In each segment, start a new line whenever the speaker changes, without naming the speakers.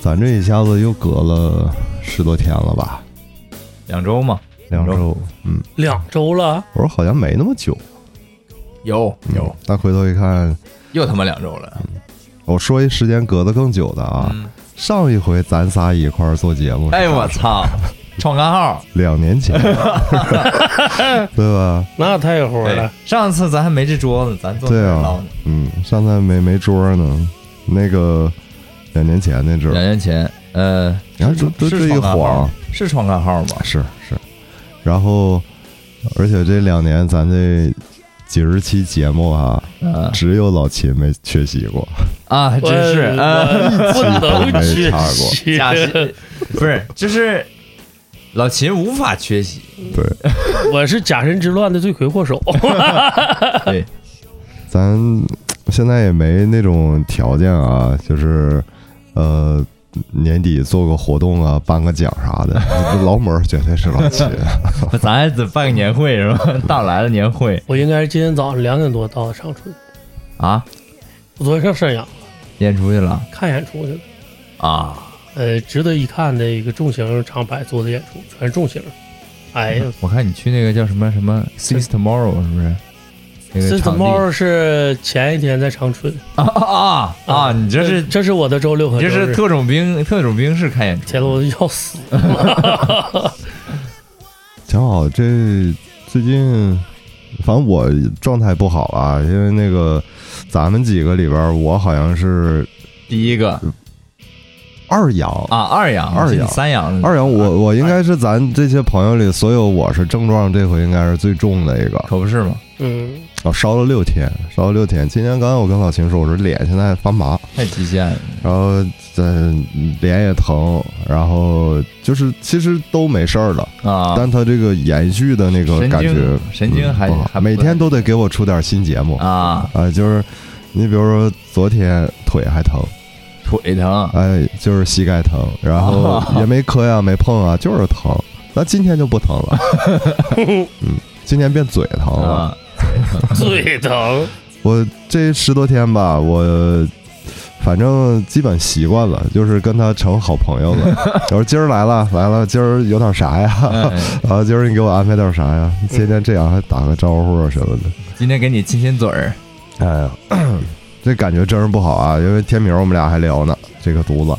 反正一下子又隔了十多天了吧，
两周嘛，
两周。嗯，
两周了，
我说好像没那么久。
有
嗯
有，
但回头一看，
又他妈两周了
我说一时间隔得更久的啊，！
嗯
上一回咱仨一块儿做节目，
哎我，操，创刊号，
两年 前，对吧？
那太火
对
了。，
哎上次咱还没这桌子，咱坐这
对
儿
啊
唠呢。，
嗯，上次还没没桌呢，那个两年前那阵
两
儿，
年前，呃，
然后这这
是
这一
创刊号
晃啊
吗，是创刊号吗？
是是，然后而且这两年咱这几十期节目啊，
嗯
只有老秦没缺席过，
啊，还真是，
哎我
呃，
我不能
没
缺
差过
席，
假期不是，就是老秦无法缺席。
对，
我是假神之乱的罪魁祸首。
对，
咱现在也没那种条件啊，就是呃年底做个活动啊，颁个奖啥的， 劳模儿绝对是 老秦。
咱还得办个年会是吧？到来了年会
我应该是今天早上两点多到的长春，
啊，
我昨天上沈阳
演出去了
看演出去了。
啊！
呃，值得一看的一个重型厂牌做的演出，全是重型。哎呀，
我看你去那个叫什么什么 Six Tomorrow 是不是？那
这
个场地
猫是前一天在长春
啊啊啊
呃
啊！你这是
这是我的周六
你
和周
这
日
是，特种兵特种兵式看演出
天了我要死。
挺好，这最近反正我状态不好啊，因为那个咱们几个里边儿，我好像是
第一个
二阳。
啊，二阳
二阳
是你三阳
二阳，我我应该是咱这些朋友里所有我是症状这回应该是最重的一个，
可不是吗？
嗯，
我烧了六天，烧了六天。今天刚刚我跟老秦说，我说脸现在发麻，
太极限了，
然后这脸也疼，然后就是其实都没事儿了，
啊
但他这个延续的那个
神经
感觉，
神经还
嗯不好
还不
每天都得给我出点新节目啊、
啊，
就是你比如说昨天腿还疼，
腿疼，
哎，就是膝盖疼，然后
啊
也没磕呀，没碰啊，就是疼。那今天就不疼 了，嗯，今天变嘴疼了。
啊
最疼。
我这十多天吧，我反正基本习惯了，就是跟他成好朋友了。我说今儿来了，来了，今儿有点啥 呀？
哎
然后今儿你给我安排点啥呀？天天这样还打个招呼啊什么的。
今天给你亲亲嘴 儿，
哎 呀，这感觉真是不好啊！因为天明我们俩还聊呢，这个犊子。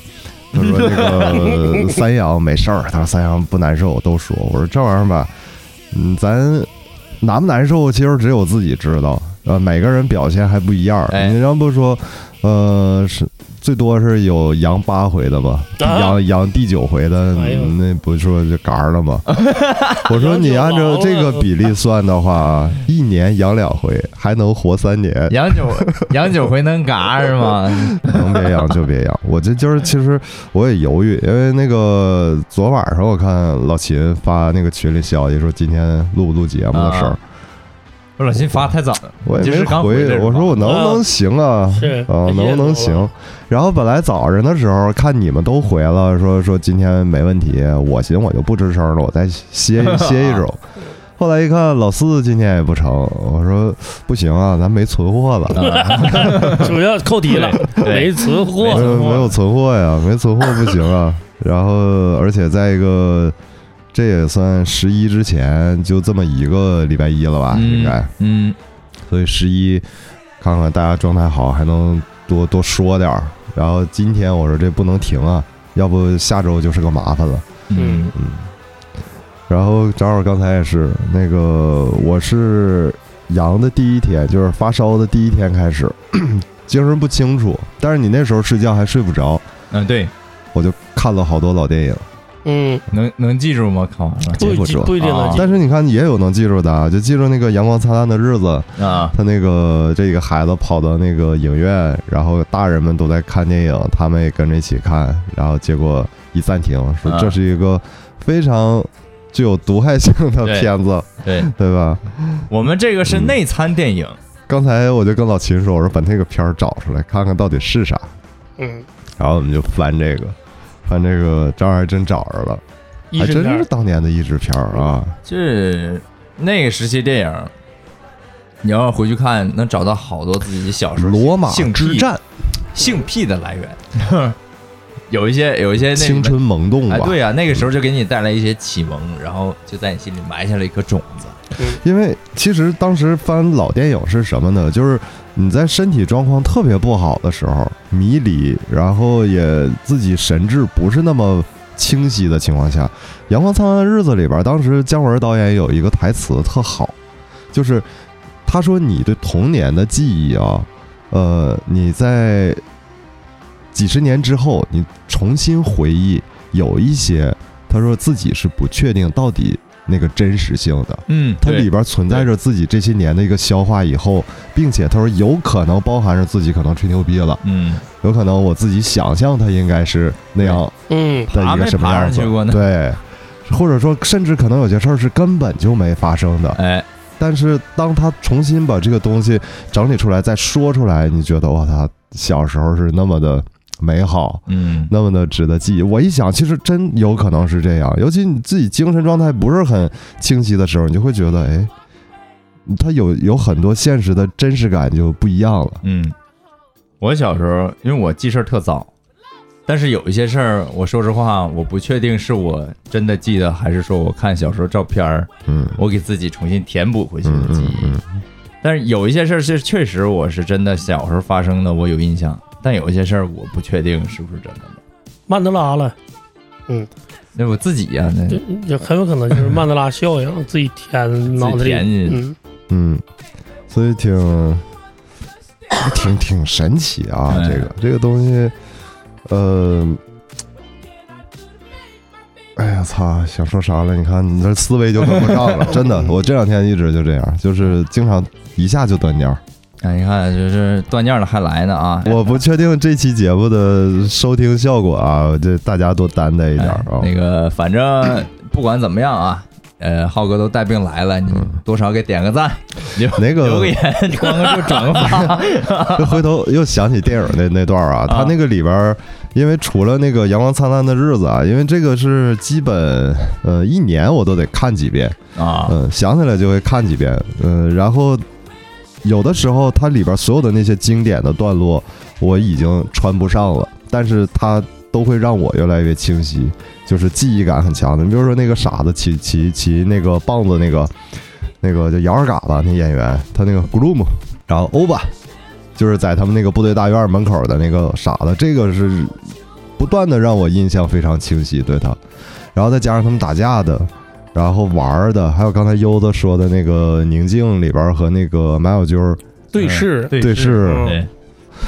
他说那个三阳没事儿，他说三阳不难受，都说。我说这玩意儿吧，嗯，咱难不难受，其实只有自己知道。呃，每个人表现还不一样儿。
哎
你要不说，呃，是最多是有阳八回的吧，
啊
阳阳第九回的、
哎呦
那不说就嘎儿了吗？ 我说
阳
你
九
按照
老
这个
了
比例算的话，一年养两回，还能活三年。
杨九杨九回能嘎是吗？
能别养就别养。 我这今儿其实我也犹豫，因为那个昨晚上我看老秦发那个群里消息说今天录不录节目的事儿，
啊我老秦发太早了，
我也
就
没
是刚回
回。
来
我说我能不能行啊？
是
啊，能不能行？？然后本来早上的时候看你们都回了，说说今天没问题，我寻思我就不吱声了，我再歇 一歇一周。后来一看老四今天也不成，我说不行啊，咱没存货了。
啊
主要扣题了，
对对
没存
没
没
货
存。
有
货
没有存货呀，没存货不行 啊。然后，而且再一个，这也算十一之前就这么一个礼拜一了吧，应该。
嗯，
所以十一看看大家状态好，还能多多说点儿。然后今天我说这不能停啊，要不下周就是个麻烦了。
嗯
嗯，
然后正好刚才也是那个，我是阳的第一天，就是发烧的第一天开始， 精神不清楚，但是你那时候睡觉还睡不着。
嗯，对，
我就看了好多老电影，
嗯，
能能记住吗？啊看完了
结
不
果
一
这
定不一定
啊
能记
但是你看也有能记住的，啊，就记住那个《阳光灿烂的日子》，
啊，
他那个这个孩子跑到那个影院，然后大人们都在看电影，他们也跟着一起看，然后结果一暂停，说
啊
这是一个非常具有毒害性的
对
片子，
对
对吧？
我们这个是内参电影，
刚才我就跟老秦说，我说把那个片儿找出来，看看到底是啥。
嗯，
然后我们就翻这个，翻这个，这儿还真找着了，
一
还
直
真
片
是
儿
当年的译制片儿啊。
就是那个时期电影，你要回去看，能找到好多自己小时候
罗马
性癖
之战，
性癖的来源。有一些有一些那
青春萌动吧。
哎，对呀、那个时候就给你带来一些启蒙，然后就在你心里埋下了一颗种子。
因为其实当时翻老电影是什么呢？就是你在身体状况特别不好的时候，迷离，然后也自己神志不是那么清晰的情况下，《阳光灿烂的日子》里边，当时姜文导演有一个台词特好，就是他说：“你对童年的记忆啊，呃，你在几十年之后，你重新回忆，有一些，他说自己是不确定到底那个真实性的。”
嗯，
它里边存在着自己这些年的一个消化以后，并且他说有可能包含着自己可能吹牛逼了，
嗯，
有可能我自己想象它应该是那样
嗯，
的一个什么样
爬没爬上去过
子，
呢
对，或者说甚至可能有些事儿是根本就没发生的，
哎，
但是当他重新把这个东西整理出来再说出来，你觉得哇，他小时候是那么的美好，
嗯，
那么的值得记忆。我一想，其实真有可能是这样，尤其你自己精神状态不是很清晰的时候，你就会觉得，哎，它有有很多现实的真实感就不一样了。
嗯，我小时候因为我记事儿特早，但是有一些事儿，我说实话，我不确定是我真的记得，还是说我看小时候照片儿，
嗯
我给自己重新填补回去
嗯
的记
嗯
忆。
嗯，
但是有一些事儿是确实我是真的小时候发生的，我有印象；但有一些事儿我不确定是不是真的了
曼德拉了，
那我自己呀、那
就就很有可 能就是曼德拉效应，自己填脑子
自己
里，
填进去
嗯，
嗯，所以挺挺挺神奇啊，
哎
这个这个东西，呃。哎呀操！想说啥了？你看你这思维就跟不上了，真 的。我这两天一直就这样，就是经常一下就断尿。
哎，你看就是断念了还来呢啊！
我不确定这期节目的收听效果啊，这大家多担待一点
哎
啊。
那个反正不管怎么样啊，呃，浩哥都带病来了，
嗯
你多少给点个赞，留
那个
留个言，光个就转个发。
这 回头又想起电影那那段儿啊，
啊
他那个里边儿，因为除了那个《阳光灿烂的日子》啊，因为这个是基本呃一年我都得看几遍，
啊，
嗯，想起来就会看几遍，嗯，然后有的时候它里边所有的那些经典的段落我已经穿不上了，但是它都会让我越来越清晰，就是记忆感很强的。你比如说那个傻子骑 骑骑那个棒子那个那个叫姚二嘎吧那演员，他那个 Gloom，然后欧巴。就是在他们那个部队大院门口的那个傻子，这个是不断的让我印象非常清晰，对他，然后再加上他们打架的，然后玩儿的，还有刚才优子说的那个宁静里边儿和那个马小军儿
对视，
呃
对嗯
对
视，
视，
对，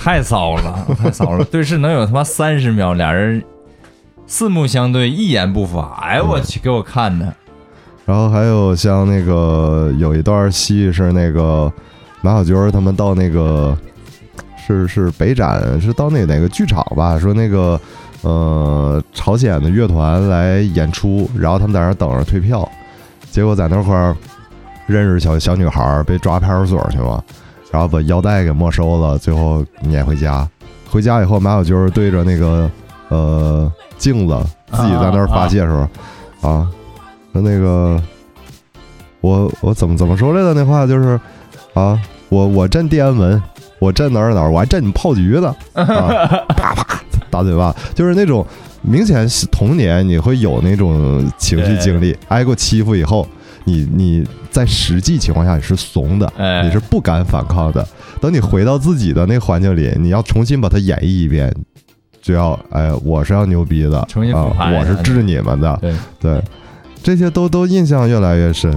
太骚了，太骚了，对视能有他妈三十秒，俩人四目相对，一言不发。哎，我去，给我看的，
然后还有像那个有一段戏是那个马小军儿他们到那个是是北展是到那哪个剧场吧，说那个呃朝鲜的乐团来演出，然后他们在那儿等着退票，结果在那块儿认识小小女孩儿被抓派出所去嘛，然后把腰带给没收了，最后撵回家。回家以后，马小军儿对着那个呃镜子自己在那儿发泄的时候，啊，说那个我我怎么怎么说来的那话就是啊，我我震地安门，我震哪儿哪儿，我还震你炮局 呢，啊、啪啪打嘴巴，就是那种明显是童年你会有那种情绪经历，挨过欺负以后，你你在实际情况下你是怂的，
哎，
你是不敢反抗的。等你回到自己的那环境里，你要重新把它演绎一遍，就要哎，我是要牛逼的，
重新复
啊
盘一
我
下
是治你们的，
对
对，这些都都印象越来越深。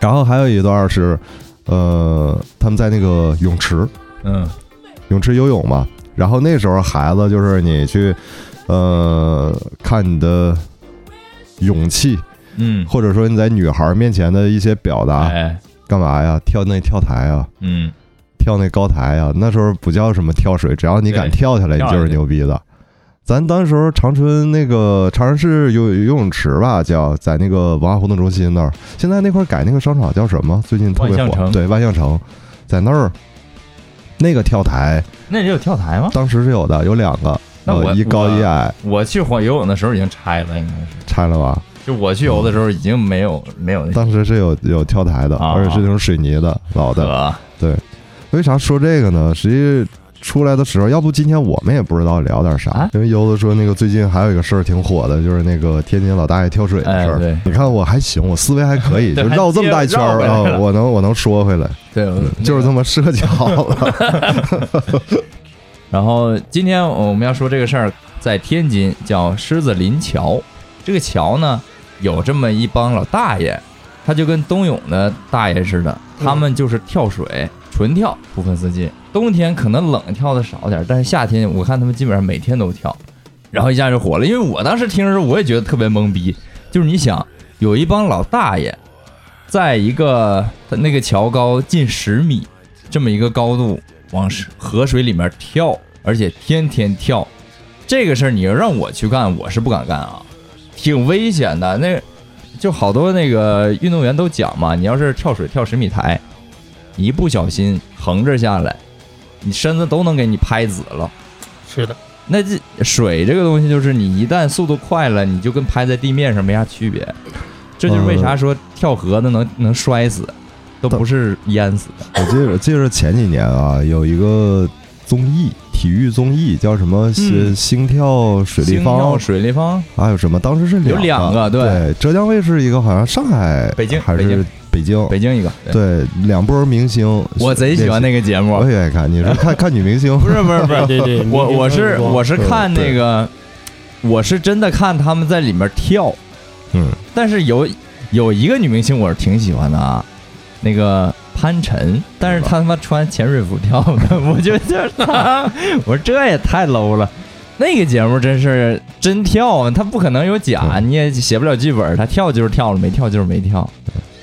然后还有一段是，呃，他们在那个泳池，
嗯
泳池游泳嘛。然后那时候孩子就是你去，呃，看你的勇气，
嗯，
或者说你在女孩面前的一些表达，
哎，
干嘛呀？跳那跳台啊，
嗯，
跳那高台啊，那时候不叫什么跳水，只要你敢
对
跳下来，你就是牛逼的。咱当时候长春那个长春市游游泳池吧，叫在那个文化活动中心那儿，现在那块儿改那个商场叫什么？最近特别
万象
火，
城
对，万象城，在那儿那个跳台，
那也有跳台吗？
当时是有的，有两个，
那我
呃一高一
我
矮，
我去晃游泳的时候已经拆了，应该是，
拆了吧？
就我去游的时候已经没有没有那
当时是有有跳台的，
啊
而且是那种水泥的老的，
可
为啥说这个呢？实际出来的时候，要不今天我们也不知道聊点啥，
啊
因为游子说那个最近还有一个事儿挺火的，就是那个天津老大爷跳水的
哎
事儿。
对
你看我还行，我思维还可 以，
对
就绕这么大一圈儿
还接着绕回来
啊、
了
我能我能说回来，
对，我
就是这么社 交了。
然后今天我们要说这个事儿，在天津叫狮子林桥。这个桥呢，有这么一帮老大爷，他就跟冬泳的大爷似的，他们就是跳水，纯跳，不分四季。冬天可能冷跳的少点儿，但是夏天我看他们基本上每天都跳，然后一下就火了。因为我当时听的时候，我也觉得特别懵逼，就是你想，有一帮老大爷，在一个那个桥高近十米这么一个高度往水河水里面跳，而且天天跳，这个事儿你要让我去干，我是不敢干啊，挺危险的。那就好多那个运动员都讲嘛，你要是跳水跳十米台，你一不小心横着下来，你身子都能给你拍紫了。
是的，
那这水这个东西，就是你一旦速度快了，你就跟拍在地面上没啥区别。这就是为啥
嗯
说跳河的能能摔死，都不是淹死的。
我记得记得前几年啊，有一个综艺，体育综艺叫什么？
嗯
星星跳水立
星跳
方，
水立方，
还有什么？当时是
有两个对
对，浙江卫视一个，好像上海、
北京
还
北
是
京
北京，
北京一个。对
对，两波明星，
我贼喜欢那个节目
我，也爱看。你是 看看女明星？
不是不是 不是，
对 对，
我我是我是
对
看那
对
个，我是真的看他们在里面跳，
嗯，
但是有有一个女明星我是挺喜欢的啊，那个潘晨，但是她他妈穿潜水服跳 的，我觉得她，我说这也太 low 了。那个节目真是真跳啊，他不可能有假，你也写不了剧本，他跳就是跳了，没跳就是没跳。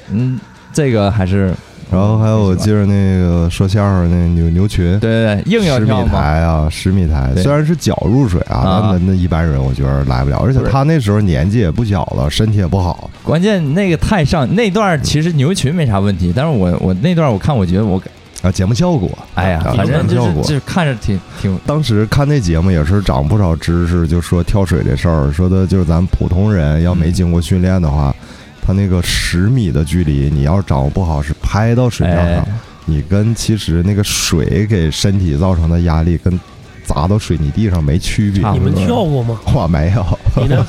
嗯，这个还是，
然后还有我记得那个说相声那牛牛群，
对对对，硬要
十米
跳
台
嘛，
啊，十米台，
对
虽然是脚入水啊
啊，
那那一般人我觉得来不了，而且
不是
他那时候年纪也不小了，身体也不好，
关键那个太上那段儿其实牛群没啥问题，但是我我那段儿我看我觉得我
啊，节目效果，
哎呀，
啊
反
节
正
目
就
效
是
果
就。是看着挺挺
当时看那节目也是长不少知识，就说跳水这事儿，说的就是咱普通人要没经过训练的话，他那个十米的距离，你要是掌握不好，是拍到水面上
哎，，
你跟其实那个水给身体造成的压力跟砸到水泥地上没区别
差。
你
不多
们跳过吗？
我没有，
你呢？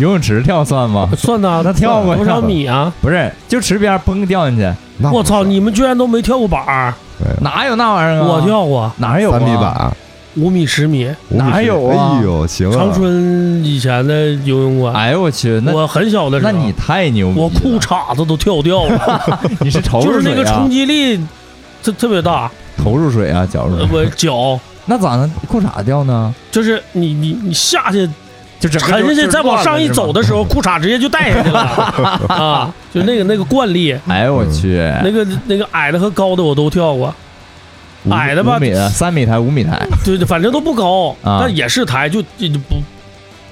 游泳池跳算吗？
算呐，
他跳过
多少米啊？
不是，就池边蹦掉进去，
那不
我操，
是
你们居然都没跳过板儿！
哪有那玩意儿啊？
我跳过
哪有啊
三米？板，
五米、十米，
五米
哪
十
有啊
哎呦，行
长
啊！
春以前的游泳馆，
哎呦我去，那
我很小的时
那
候，
你太牛逼了！
我裤衩子都跳掉了，
你是投
就
入
是那
水
个
啊
冲？击力。特特别大，
投入水啊，脚入
呃
水。
我脚
那咋能裤衩掉呢？
就是你你你下去
就整个
沉
就
下去，再往上一走。
就
的时候，裤衩直接就带 下去了啊！就那个那个惯力，
是乱了是吗哎呦我去，
那个那个矮的和高的我都跳过，
五
矮的吧
五米的三米台、五米台
对，对，反正都不高，
啊
但也是台，就就就不，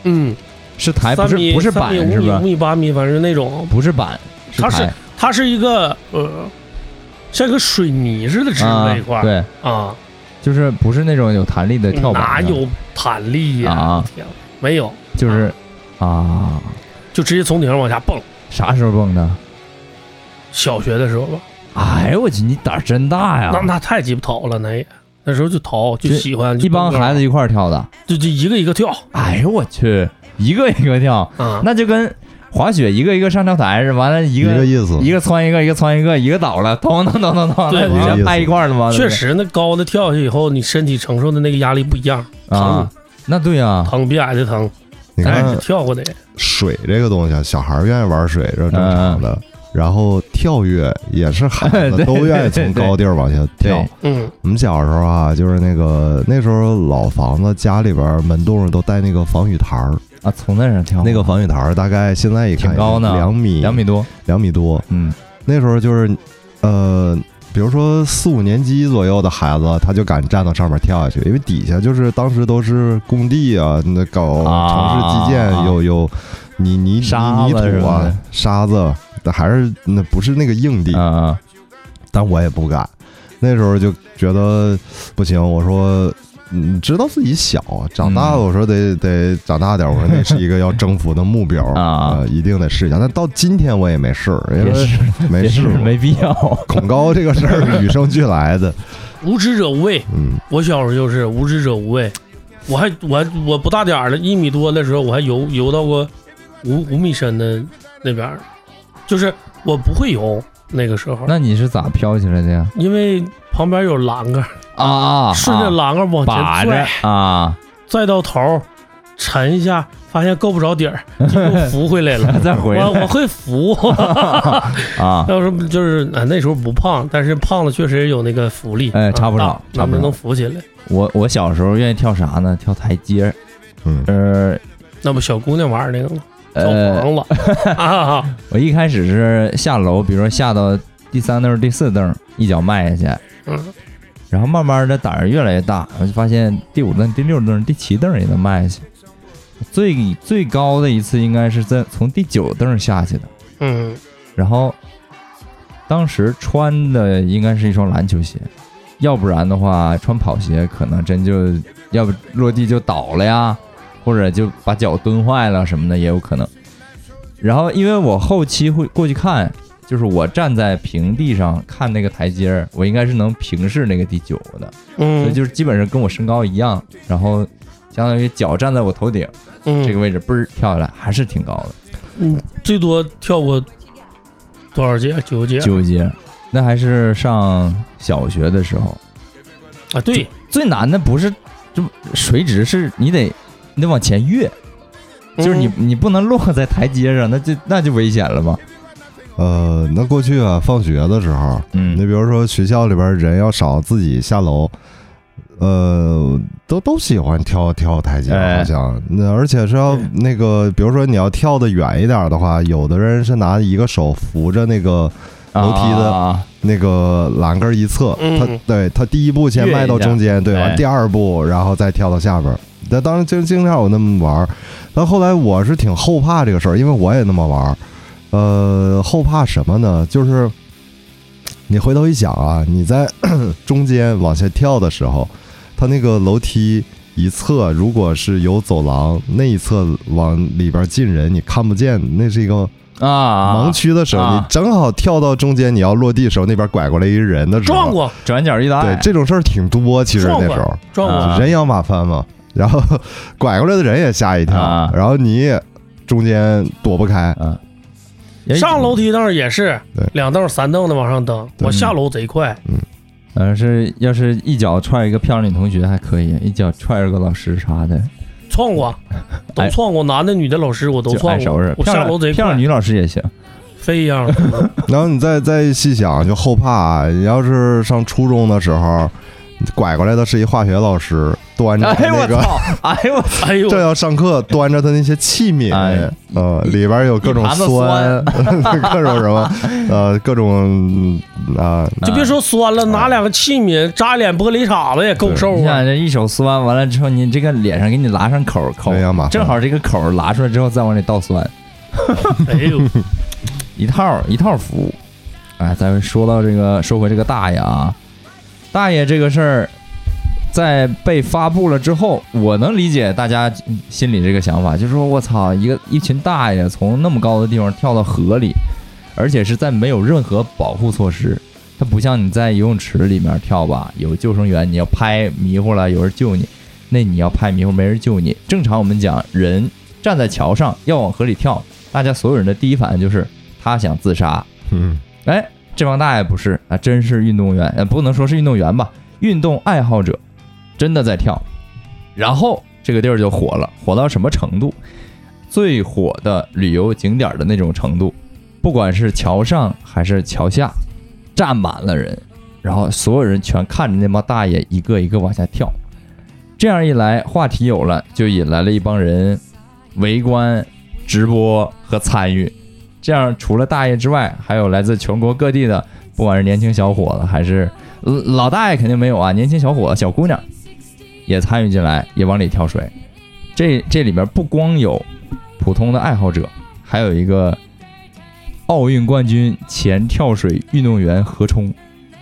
嗯，
是台，不
三
是
米
不是
三
板
米五
是
米五
吧？
米八米，反正那种，
不是板，
它是
台
它是一个呃，像个水泥似的植物
啊
那一块儿
对，
啊，
就是不是那种有弹力的跳板
哪
啊，
有弹力呀
啊？
天啊，没有，
就是啊，
就直接从顶上往下蹦。
啥时候蹦的？
小学的时候吧，
哎呦我去，你胆儿真大呀！
那那太鸡巴淘了，那也那时候就淘，就
这
喜欢
一帮孩子
子，
一块儿跳的。
就就一个一 个跳
哎呦我去，一个一个跳，
啊，
那就跟滑雪一个一个上跳台似的，完了一
一
个
个意思，
一个窜一个，一个窜一个，一个倒了，咚咚咚咚咚，
对
那全掰一块儿了吗？
确实那高的跳下去以后，你身体承受的那个压力不一样，
对不对啊，那对呀，
疼比矮的疼，
你
但是
看
你跳过的也
水这个东西啊，小孩儿愿意玩水这是正常的，然后跳跃也是孩子
对
都愿意从高地儿往下跳
对。
嗯
我们小时候啊，就是那个那时候老房子家里边儿门洞上都带那个防雨台儿，
啊，从那上跳，
那个防雨台儿大概现在一看
挺高呢
两米
两米多，
两米多，
嗯，
那时候就是，呃，比如说四五年级左右的孩子，他就敢站到上面跳下去，因为底下就是当时都是工地啊，那搞
啊
城市基建，
啊
有有泥泥
沙
泥
子
泥土
是
啊
吧，
沙子，但还是那不是那个硬地，
啊
但我也不敢。那时候就觉得不行，我说嗯，知道自己小，长大了，我说
嗯
得得长大点，我说那是一个要征服的目标
啊
呃一定得试一下。但到今天我也没试，因
也
为
是
没啊
也是
试过
没必要。
恐高这个事儿是与生俱来的，
无知者无畏。
嗯，
我小时候就是无知者无畏，我还我还我不大点儿了，一米多那时候我还游游到过五五米深的那边儿，就是我不会游那个时候，
那你是咋飘起来的呀？
因为旁边有栏杆儿，
啊啊，
顺着
啊
栏杆儿往
把
前
着
拽，
啊，
拽到头儿，沉一下，发现够不着 底儿，就又浮回来了。
再 回
我
来
我会浮，
啊，
要是就是啊那时候不胖，但是胖了确实有那个浮力，
哎差不
啊
少
大
差不
能
少
能浮起来。
我我小时候愿意跳啥呢？跳台阶儿，
嗯
呃
那不小姑娘玩儿那个吗？造
呃，
房子啊，
我一开始是下楼，比如说下到第三凳、第四凳，一脚迈下去，
嗯，
然后慢慢的胆儿越来越大，我就发现第五凳、第六凳、第七凳也能迈下去。最最高的一次应该是在从第九凳下去的，
嗯，
然后当时穿的应该是一双篮球鞋，要不然的话穿跑鞋可能真就要不落地就倒了呀，或者就把脚蹲坏了什么的也有可能。然后因为我后期会过去看，就是我站在平地上看那个台阶儿，我应该是能平视那个第九的，所以
嗯，
就是基本上跟我身高一样，然后相当于脚站在我头顶
嗯
这个位置，嘣儿跳下来还是挺高的。
嗯，最多跳过多少节？九节
纠结。那还是上小学的时候，
啊？对，
最难的不是这垂直，是你得你得往前跃，
嗯
就是你你不能落在台阶上，那就那就危险了嘛。
呃，那过去啊，放学的时候，你
嗯
比如说学校里边人要少，自己下楼，呃，都都喜欢跳跳台阶，
哎
好像那而且是要
嗯
那个，比如说你要跳得远一点的话，有的人是拿一个手扶着那个楼梯的
啊
那个栏杆一侧，
嗯
他对他第一步先迈到中间，对，
哎
完第二步然后再跳到下边儿。那当时经经常有那么玩儿，但后来我是挺后怕这个事儿，因为我也那么玩儿。呃，后怕什么呢？就是你回头一想啊，你在 中间往下跳的时候，它那个楼梯一侧如果是有走廊，那一侧往里边进人你看不见，那是一个
啊，
盲区的时候，
啊
你正好跳到中间，你要落地的时候，那边拐过来一人的时候，
撞。过，
转角遇到
对
爱，，
这种事儿挺多，其实
撞
那
过
时候
撞过，
啊
人仰马翻嘛，然后 拐过来的人也吓一跳，
啊
然后你也中间躲不开，
嗯，也
上楼，梯那儿也是
对
两蹬三蹬的往上蹬，
对
我下楼贼快，
嗯，是要是一脚踹一个漂亮女同学还可以，一脚踹着个老师啥的
撞过，啊都
哎
撞过，男的女的老师我都
就哎
撞
按收
过
拾，，
我
漂
下楼
亮
贼
漂亮
快，
女老师也行，
飞一样的，
然后你再再细想，就后怕。你要是上初中的时候，拐过来的是一化学老师，端着他
哎
嗯那
我
个、
操，哎呦我操，
哎呦，
正要上课，端着他那些器皿，
哎
呃，里边有各种
一盘子酸
各种什么，呃，各种嗯啊、
就别说酸了，拿两个器皿扎脸玻璃碴子也够受
你
啊
想，这一手酸完了之后，你这个脸上给你拉上口口，
鸳鸯麻烦
正好这个口拉出来之后再往里倒酸，
哎呦，
一套一套服务。哎，咱们说到这个，说回这个大爷啊，大爷这个事儿，在被发布了之后，我能理解大家心里这个想法，就是说我操，一个一群大爷从那么高的地方跳到河里，而且是在没有任何保护措施。它不像你在游泳池里面跳吧，有救生员，你要拍迷糊了，有人救你，那你要拍迷糊没人救你。正常我们讲，人站在桥上要往河里跳，大家所有人的第一反应就是他想自杀。
嗯，
哎，这帮大爷不是啊，真是运动员，呃，不能说是运动员吧，运动爱好者，真的在跳。然后这个地儿就火了，火到什么程度？最火的旅游景点的那种程度，不管是桥上还是桥下，站满了人，然后所有人全看着那帮大爷一个一个往下跳。这样一来，话题有了，就引来了一帮人围观、直播和参与。这样除了大爷之外，还有来自全国各地的，不管是年轻小伙子还是呃老大爷肯定没有啊，年轻小伙子、小姑娘也参与进来，也往里跳水。这这里面不光有普通的爱好者，还有一个奥运冠军前跳水运动员何冲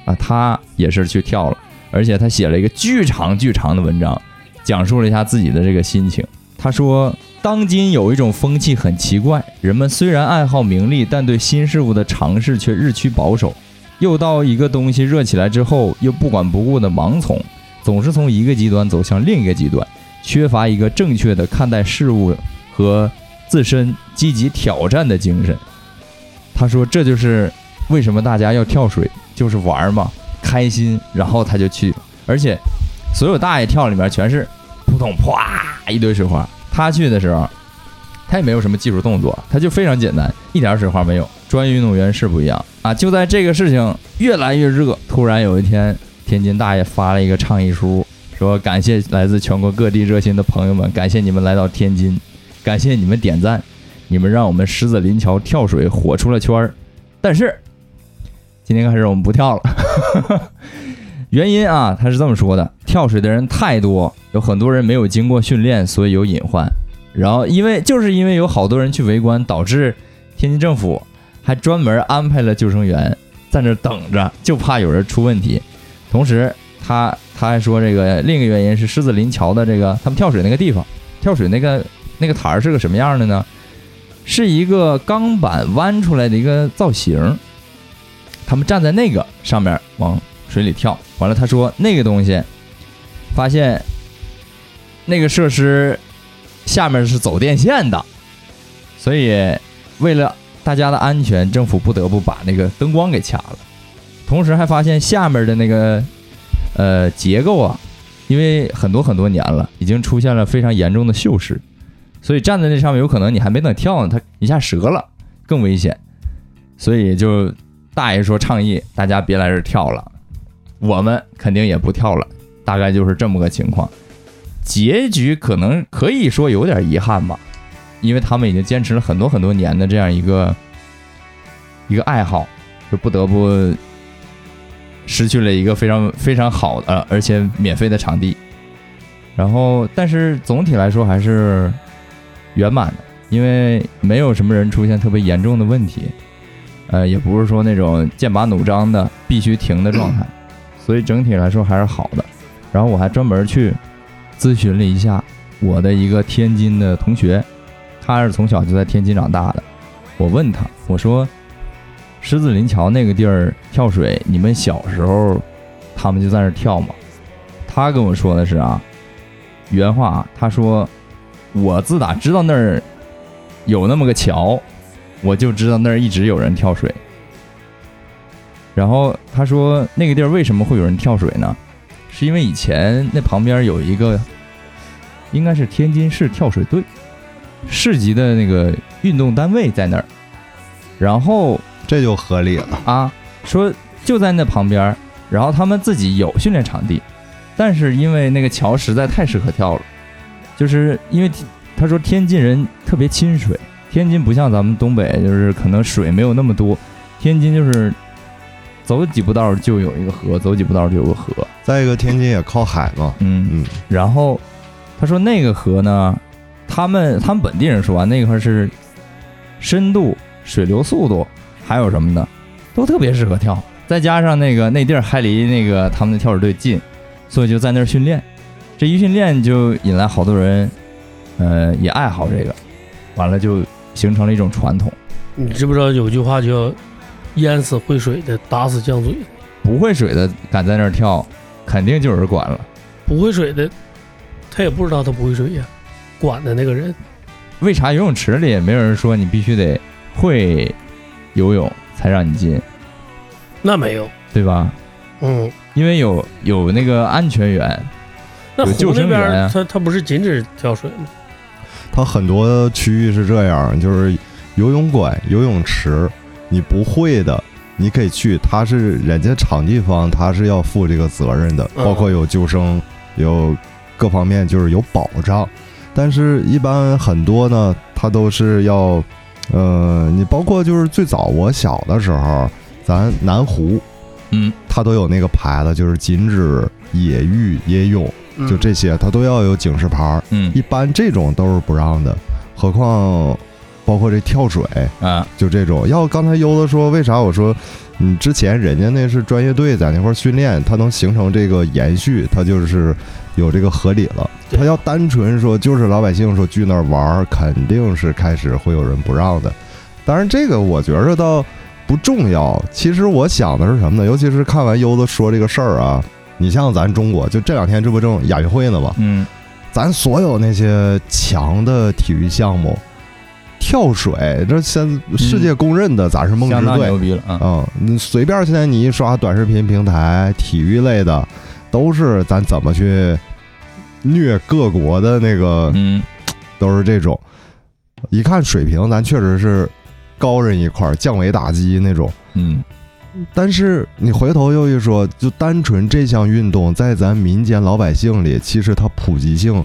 啊，他也是去跳了。而且他写了一个巨长巨长的文章，讲述了一下自己的这个心情。他说，当今有一种风气很奇怪，人们虽然爱好名利，但对新事物的尝试却日趋保守。又到一个东西热起来之后，又不管不顾的盲从，总是从一个极端走向另一个极端，缺乏一个正确的看待事物和自身积极挑战的精神。他说，这就是为什么大家要跳水，就是玩儿嘛，开心，然后他就去，而且所有大爷跳里面全是扑通啪一堆水花，他去的时候。他也没有什么技术动作，他就非常简单，一点水花没有。专业运动员是不一样啊！就在这个事情越来越热，突然有一天，天津大爷发了一个倡议书，说感谢来自全国各地热心的朋友们，感谢你们来到天津，感谢你们点赞，你们让我们狮子林桥跳水火出了圈儿。但是今天开始我们不跳了，原因啊，他是这么说的：跳水的人太多，有很多人没有经过训练，所以有隐患。然后因为就是因为有好多人去围观，导致天津政府还专门安排了救生员在那儿等着，就怕有人出问题。同时，他他还说这个另一个原因是狮子林桥的这个他们跳水那个地方，跳水那个那个台儿是个什么样的呢？是一个钢板弯出来的一个造型，他们站在那个上面往水里跳。完了，他说那个东西，发现那个设施下面是走电线的，所以为了大家的安全，政府不得不把那个灯光给掐了。同时还发现下面的那个呃结构啊，因为很多很多年了，已经出现了非常严重的锈蚀，所以站在那上面，有可能你还没等跳呢，它一下折了，更危险。所以就大爷说倡议大家别来这儿跳了，我们肯定也不跳了，大概就是这么个情况。结局可能可以说有点遗憾吧，因为他们已经坚持了很多很多年的这样一个一个爱好，就不得不失去了一个非常非常好的而且免费的场地。然后，但是总体来说还是圆满的，因为没有什么人出现特别严重的问题，呃，也不是说那种剑拔弩张的必须停的状态，所以整体来说还是好的。然后我还专门去咨询了一下我的一个天津的同学，他是从小就在天津长大的。我问他，我说：“狮子林桥那个地儿跳水，你们小时候他们就在那儿跳吗？”他跟我说的是啊，原话啊，他说：“我自打知道那儿有那么个桥，我就知道那儿一直有人跳水。”然后他说：“那个地儿为什么会有人跳水呢？是因为以前那旁边有一个，应该是天津市跳水队，市级的那个运动单位在那儿。然后
这就合理了。
啊，说就在那旁边儿，然后他们自己有训练场地，但是因为那个桥实在太适合跳了，就是因为他说天津人特别亲水，天津不像咱们东北，就是可能水没有那么多，天津就是走几步道儿就有一个河，走几步道儿就有个河，
再一个，天津也靠海嘛，
嗯
嗯，
然后他说那个河呢，他们他们本地人说啊，那个河是深度、水流速度，还有什么呢，都特别适合跳。再加上那个那地儿还离那个他们的跳水队近，所以就在那儿训练。这一训练就引来好多人，呃，也爱好这个，完了就形成了一种传统。
你知不知道有句话叫“淹死会水的，打死犟嘴的
不会水的敢在那儿跳，肯定就有人管了。”？
不会水的，他也不知道他不会水呀。管的那个人，
为啥游泳池里也没有人说你必须得会游泳才让你进，
那没有，
对吧？
嗯，
因为有有那个安全员，
那
有救
湖那
生
边
员
儿
啊
他他不是禁止跳水吗？
它很多区域是这样，就是游泳馆、游泳池，你不会的，你可以去，它是人家场地方，它是要负这个责任的，
嗯
包括有救生，有各方面就是有保障。但是，一般很多呢，它都是要，呃，你包括就是最早我小的时候，咱南湖，
嗯，
它都有那个牌子，就是禁止野浴、野泳，就
嗯
这些，它都要有警示牌儿。
嗯
一般这种都是不让的，何况包括这跳水，
啊，
就这种。要刚才优子说，为啥我说，嗯，之前人家那是专业队在那块儿训练，它能形成这个延续，它就是有这个合理了。
对
它要单纯说就是老百姓说去那儿玩儿，肯定是开始会有人不让的。当然，这个我觉着倒不重要。其实我想的是什么呢？尤其是看完优子说这个事儿啊，你像咱中国，就这两天这不正亚运会呢吗？
嗯，
咱所有那些强的体育项目，跳水这现世界公认的，咱是梦
相
之
当
队
牛逼了啊，
啊、嗯你随便现在你一刷短视频平台，体育类的都是咱怎么去虐各国的那个，
嗯，
都是这种。一看水平，咱确实是高人一块儿，降维打击那种。
嗯，
但是你回头又一说，就单纯这项运动在咱民间老百姓里，其实它普及性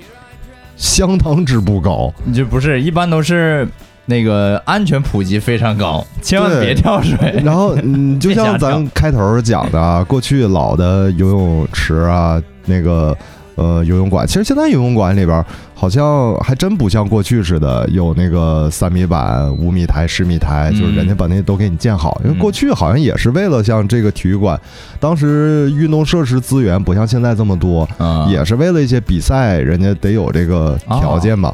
相当之不高。
就不是一般都是那个安全普及非常高，千万
对
别跳水。
然后，嗯，就像咱开头讲的啊，过去老的游泳池啊，那个呃游泳馆，其实现在游泳馆里边儿好像还真不像过去似的有那个三米板、五米台、十米台，
嗯
就是人家把那都给你建好。因为
嗯
过去好像也是为了像这个体育馆，当时运动设施资源不像现在这么多，
啊，
也是为了一些比赛，人家得有这个条件
啊
嘛。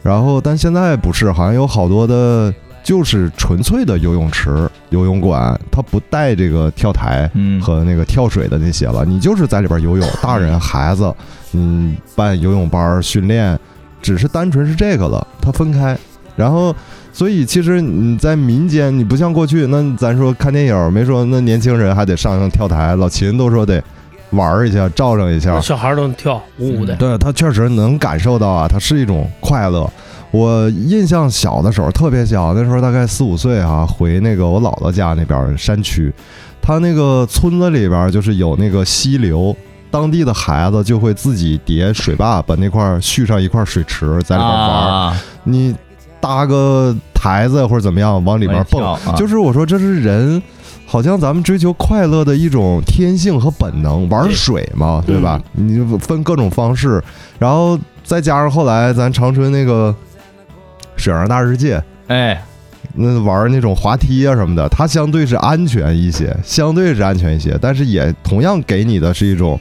然后，但现在不是，好像有好多的，就是纯粹的游泳池、游泳馆，它不带这个跳台
嗯，
和那个跳水的那些了，你就是在里边游泳，大人、孩子，嗯，办游泳班儿训练，只是单纯是这个了，它分开。然后，所以其实你在民间，你不像过去，那咱说看电影没说，那年轻人还得上上跳台，老秦都说得玩儿一下，照上一下，
那小孩儿都能跳，五五的。
嗯对他确实能感受到啊，它是一种快乐。我印象小的时候特别小，那时候大概四五岁啊，回那个我姥姥家那边儿山区，他那个村子里边儿就是有那个溪流，当地的孩子就会自己叠水坝，把那块儿续上一块水池，在里边玩儿。
啊，
你搭个台子或者怎么样往里边蹦，
往里跳啊
就是我说这是人，好像咱们追求快乐的一种天性和本能，玩水嘛，
对
对吧？你分各种方式，然后再加上后来咱长春那个水上大世界。
哎，
那玩那种滑梯啊什么的，它相对是安全一些，相对是安全一些，但是也同样给你的是一种，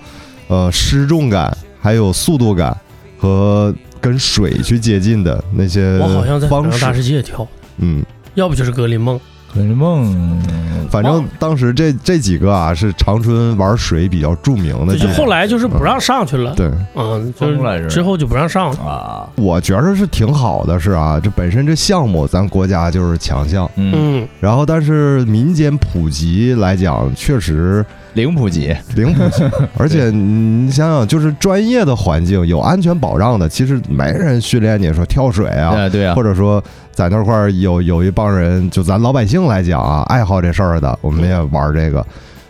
呃，失重感，还有速度感和跟水去接近的那
呃
些
我好像在《
方
海洋大
式。
世界》跳，
嗯，
要不就是《格林梦
可是梦，
反
忘
正
了
当时这这几个啊是长春玩水比较著名》，的地
就是
方。
后来就是
嗯
不让上去了，
对，
嗯，就
封了是
是
吧
之后就不让上了。
啊，
我觉着是挺好的，是啊，这本身这项目咱国家就是强项，
嗯，
嗯，
然后但是民间普及来讲，确实
零普及，
零普及，而且你想想，就是专业的环境有安全保障的，其实没人训练你说跳水啊，
对对啊
或，者说在那块儿有有一帮人，就咱老百姓来讲啊，爱好这事儿的，我们也玩这个。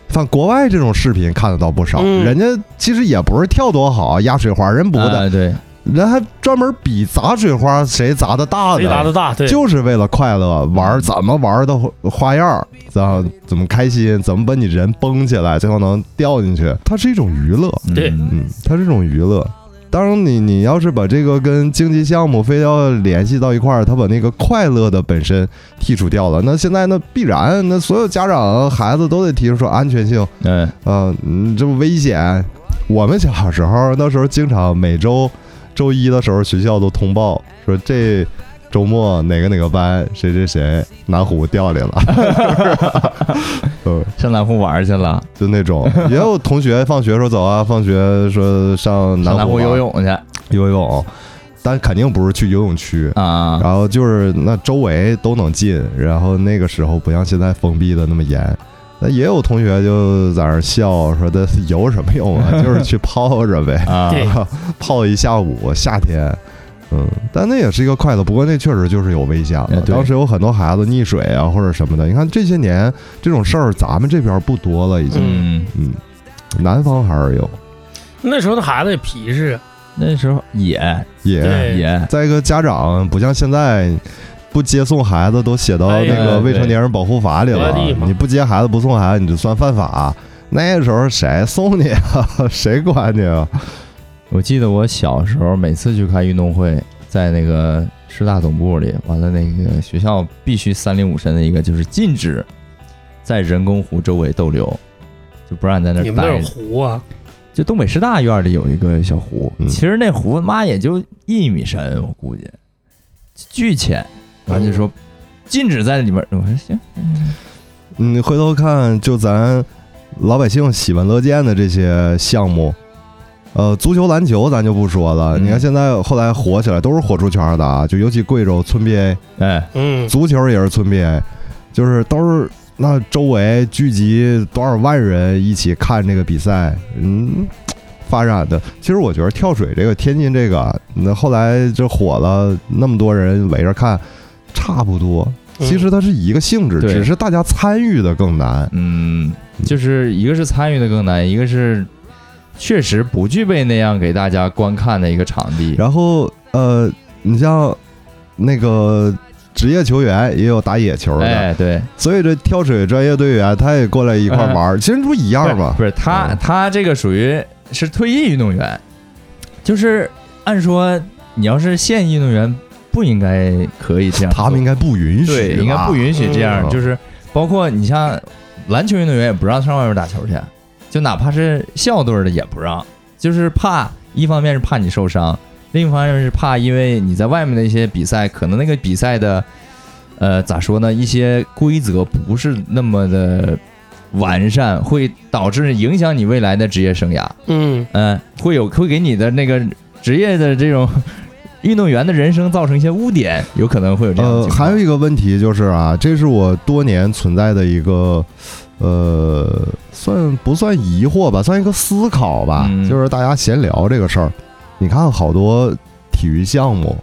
反正国外这种视频看得到不少，
嗯
人家其实也不是跳多好，压水花人不的，
哎对，
人还专门比砸水花谁砸的大
雷达的嗯大，对，
就是为了快乐玩儿怎么玩儿的花样儿，怎么怎么开心，怎么把你人绷起来，最后能掉进去，它是一种娱乐，
对
嗯
嗯，它是一种娱乐。当然你，你要是把这个跟竞技项目非要联系到一块儿，他把那个快乐的本身剔除掉了，那现在那必然，那所有家长孩子都得提出说安全性，
嗯，
呃，嗯这不危险。我们小时候那时候经常每周周一的时候，学校都通报说这周末哪个哪个班谁谁谁南湖掉里了， 嗯，
上南湖玩去了，
就那种。也有同学放学说走啊，放学说上
上
南
南湖
湖
游
玩
泳去
游泳，但肯定不是去游泳区。
啊，
然后就是那周围都能进，然后那个时候不像现在封闭的那么严。那也有同学就在那儿笑，说的有什么用啊，就是去泡着呗，
啊，
对
泡一下午，夏天。嗯，但那也是一个快乐，不过那确实就是有危险
哎
了。
对
当时有很多孩子溺水啊或者什么的，你看这些年这种事儿咱们这边不多了，已经。
嗯，
嗯，南方还是有，
那时候那孩子也皮实，
那时候野
也
对
野，
再一个，家长不像现在不接送孩子都写到那
哎
个未成年人保护法里了
对对，
你不接孩子不送孩子，你就算犯法。那时候谁送你啊？ 谁管你啊？
我记得我小时候每次去看运动会，在那个师大总部里，完了那个学校必须三令五申的一个就是禁止在人工湖周围逗留，就不让你在那
你
儿
们那
待
有
着。
湖啊？
就东北师大院里有一个小湖，
嗯
其实那湖妈也就一米深，我估计巨浅。完就说禁止在里面，我说行，
你嗯回头看，就咱老百姓喜闻乐见的这些项目，呃，足球、篮球咱就不说了。
嗯
你看现在后来火起来都是火出圈的啊，就尤其贵州村 BA，
哎，
嗯，
足球也是村 BA，就是都是那周围聚集多少万人一起看这个比赛，嗯，发展的。其实我觉得跳水这个天津这个，那后来这火了，那么多人围着看，差不多。
嗯
其实它是一个性质，
对
只是大家参与的更难。
嗯，就是一个是参与的更难，一个是确实不具备那样给大家观看的一个场地。
然后呃，你像那个职业球员也有打野球的，
哎，对，
所以这跳水专业队员他也过来一块儿玩儿，其实不一样嘛
哎不。是他，
嗯
他这个属于是退役运动员，就是按说你要是现役运动员不应该可以这样做，
他们应该不允许吧，
对应该不允许这样，
嗯
就是包括你像篮球运动员也不让上外边打球去，就哪怕是校队的也不让，就是怕一方面是怕你受伤，另一方面是怕因为你在外面的一些比赛，可能那个比赛的呃咋说呢，一些规则不是那么的完善，会导致影响你未来的职业生涯。
嗯，
嗯，会有会给你的那个职业的这种 运动员的人生造成一些污点，有可能会有这样的
呃，
情况。
还有一个问题就是啊，这是我多年存在的一个，呃，算不算疑惑吧，算一个思考吧，
嗯
就是大家闲聊这个事儿。你看好多体育项目，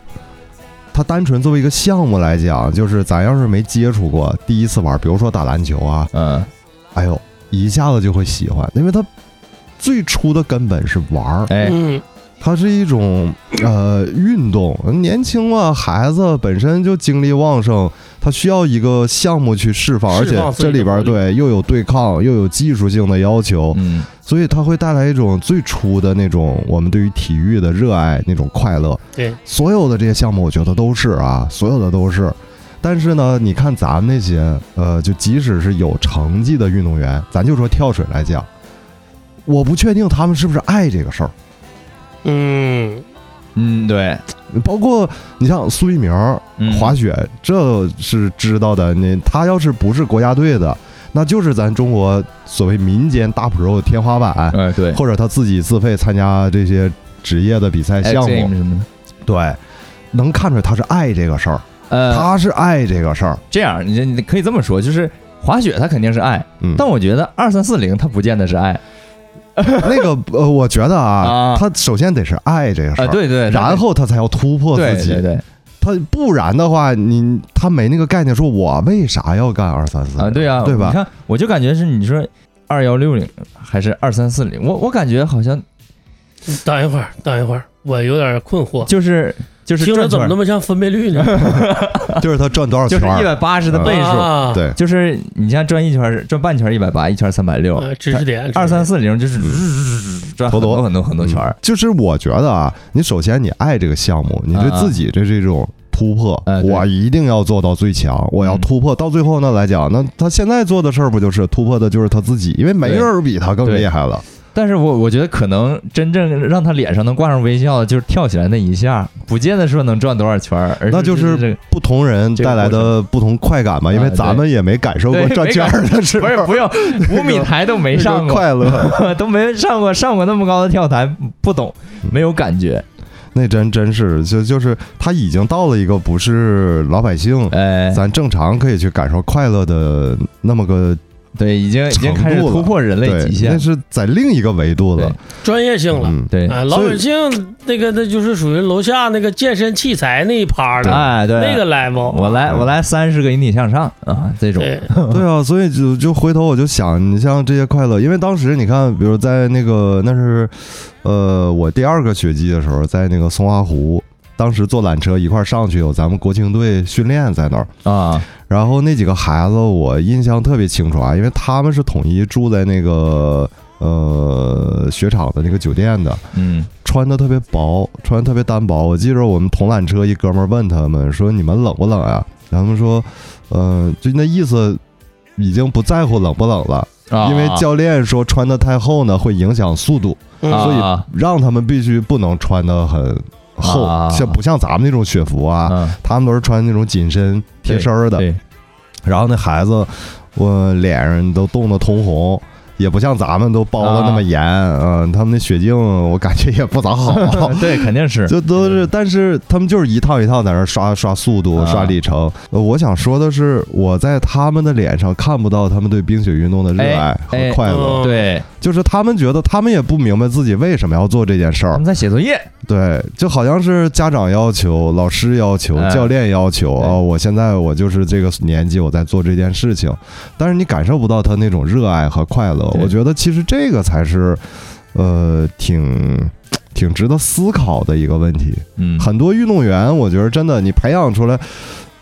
它单纯作为一个项目来讲，就是咱要是没接触过，第一次玩，比如说打篮球啊，
嗯，
哎呦，一下子就会喜欢，因为它最初的根本是玩儿。
哎，
嗯，
它是一种呃运动，年轻嘛，孩子本身就精力旺盛，他需要一个项目去释放，而
释
且
放自己
这
的
里边儿
活
对又有对抗，又有技术性的要求，
嗯，
所以它会带来一种最初的那种我们对于体育的热爱那种快乐。
对，
所有的这些项目，我觉得都是啊，所有的都是。但是呢，你看咱们那些，呃，就即使是有成绩的运动员，咱就说跳水来讲，我不确定他们是不是爱这个事儿。
嗯，
嗯，对，
包括你像苏一鸣儿
嗯
滑雪，这是知道的。你他要是不是国家队的，那就是咱中国所谓民间大 pro 天花板，
哎，对，
或者他自己自费参加这些职业的比赛
X
项
Games
目。
什么的。
对，能看出来他是爱这个事儿，
呃，
他是爱这个事儿。
这样，你你可以这么说，就是滑雪它肯定是爱，
嗯，
但我觉得二三四零它不见得是爱
那个呃，我觉得啊
啊，
他首先得是爱这个事
啊，
儿，
对对，
然后他才要突破
对
自
对
己。
对
他不然的话，你他没那个概念，说我为啥要干二三四
啊，对啊，
对吧
你？看，我就感觉是你说二幺六零还是二三四零，我我感觉好像
等一会儿，等一会儿，我有点困惑，
就是就是
听着
转圈
怎么那么像分辨率呢？
就是他赚多少
就
钱
是
儿，
一百八十的倍数，
啊，
对
嗯就是你像转一圈儿转半圈一百八，一圈三百六，
呃知识点，
二三四零就是
嗯
转很多很多很多圈儿。
就是我觉得啊，你首先你爱这个项目，你对自己这这种突破，
哎对嗯
我一定要做到最强，我要突破。到最后呢来讲，那他现在做的事儿不就是突破的就是他自己，因为没人儿比他更厉害了。
但是我我觉得可能真正让他脸上能挂上微笑的，就是跳起来那一下，不见得说能转多少圈儿，而
那就
就是
是不同人带来的不同快感嘛，
这
因
个
为
过程
咱们也没感受过
对
转圈儿的时
不
候
是啊不用
个
五米台都没上
那个
过，
快乐，
都没上过上过那么高的跳台，不懂，没有感觉。
那真真是就就是他已经到了一个不是老百姓。
哎，
咱正常可以去感受快乐的那么个
对，已经已
程
经开始
度了
突破人类
对
极，
那
限。
是在另一个维度了。
专业性了。
嗯，
对，
啊，老
所以
百姓那个那就是属于楼下那个健身器材那一趴的，
哎，对，
那个 level，
我
嗯
来我来三十个引体向上啊，这种
对，
对啊，所以就就回头我就想，你像这些快乐，因为当时你看，比如在那个那是，呃，我第二个学期的时候，在那个松花湖，当时坐缆车一块儿上去，有咱们国青队训练在那儿，
啊，
然后那几个孩子我印象特别清楚啊，因为他们是统一住在那个呃雪场的那个酒店的，
嗯
穿的特别薄，穿的特别单薄。我记着我们同缆车一哥们儿问他们说：“你们冷不冷呀、然后他们说：“嗯、就那意思，已经不在乎冷不冷了，
啊，
因为教练说穿的太厚呢会影响速度，
啊
所以让他们必须不能穿的很厚，
啊
像不像咱们那种雪服啊？
啊
他们都是穿那种紧身贴身儿的。
对，
然后那孩子，我脸上都冻得通红，也不像咱们都包的那么严，嗯、
啊
他们那雪镜我感觉也不咋好，
对，肯定是
这都是，但是他们就是一趟一趟在那儿刷刷速度、
啊
刷里程。呃我想说的是，我在他们的脸上看不到他们对冰雪运动的热爱和
哎哎
快乐，
嗯
对。
就是他们觉得他们也不明白自己为什么要做这件事
他
儿
们。在写作业，
对，就好像是家长要求、老师要求、
哎
教练要求
对
啊、我现在我就是这个年纪，我在做这件事情，但是你感受不到他那种热爱和快乐。
对
我觉得其实这个才是，呃，挺挺值得思考的一个问题。
嗯，
很多运动员，我觉得真的你培养出来，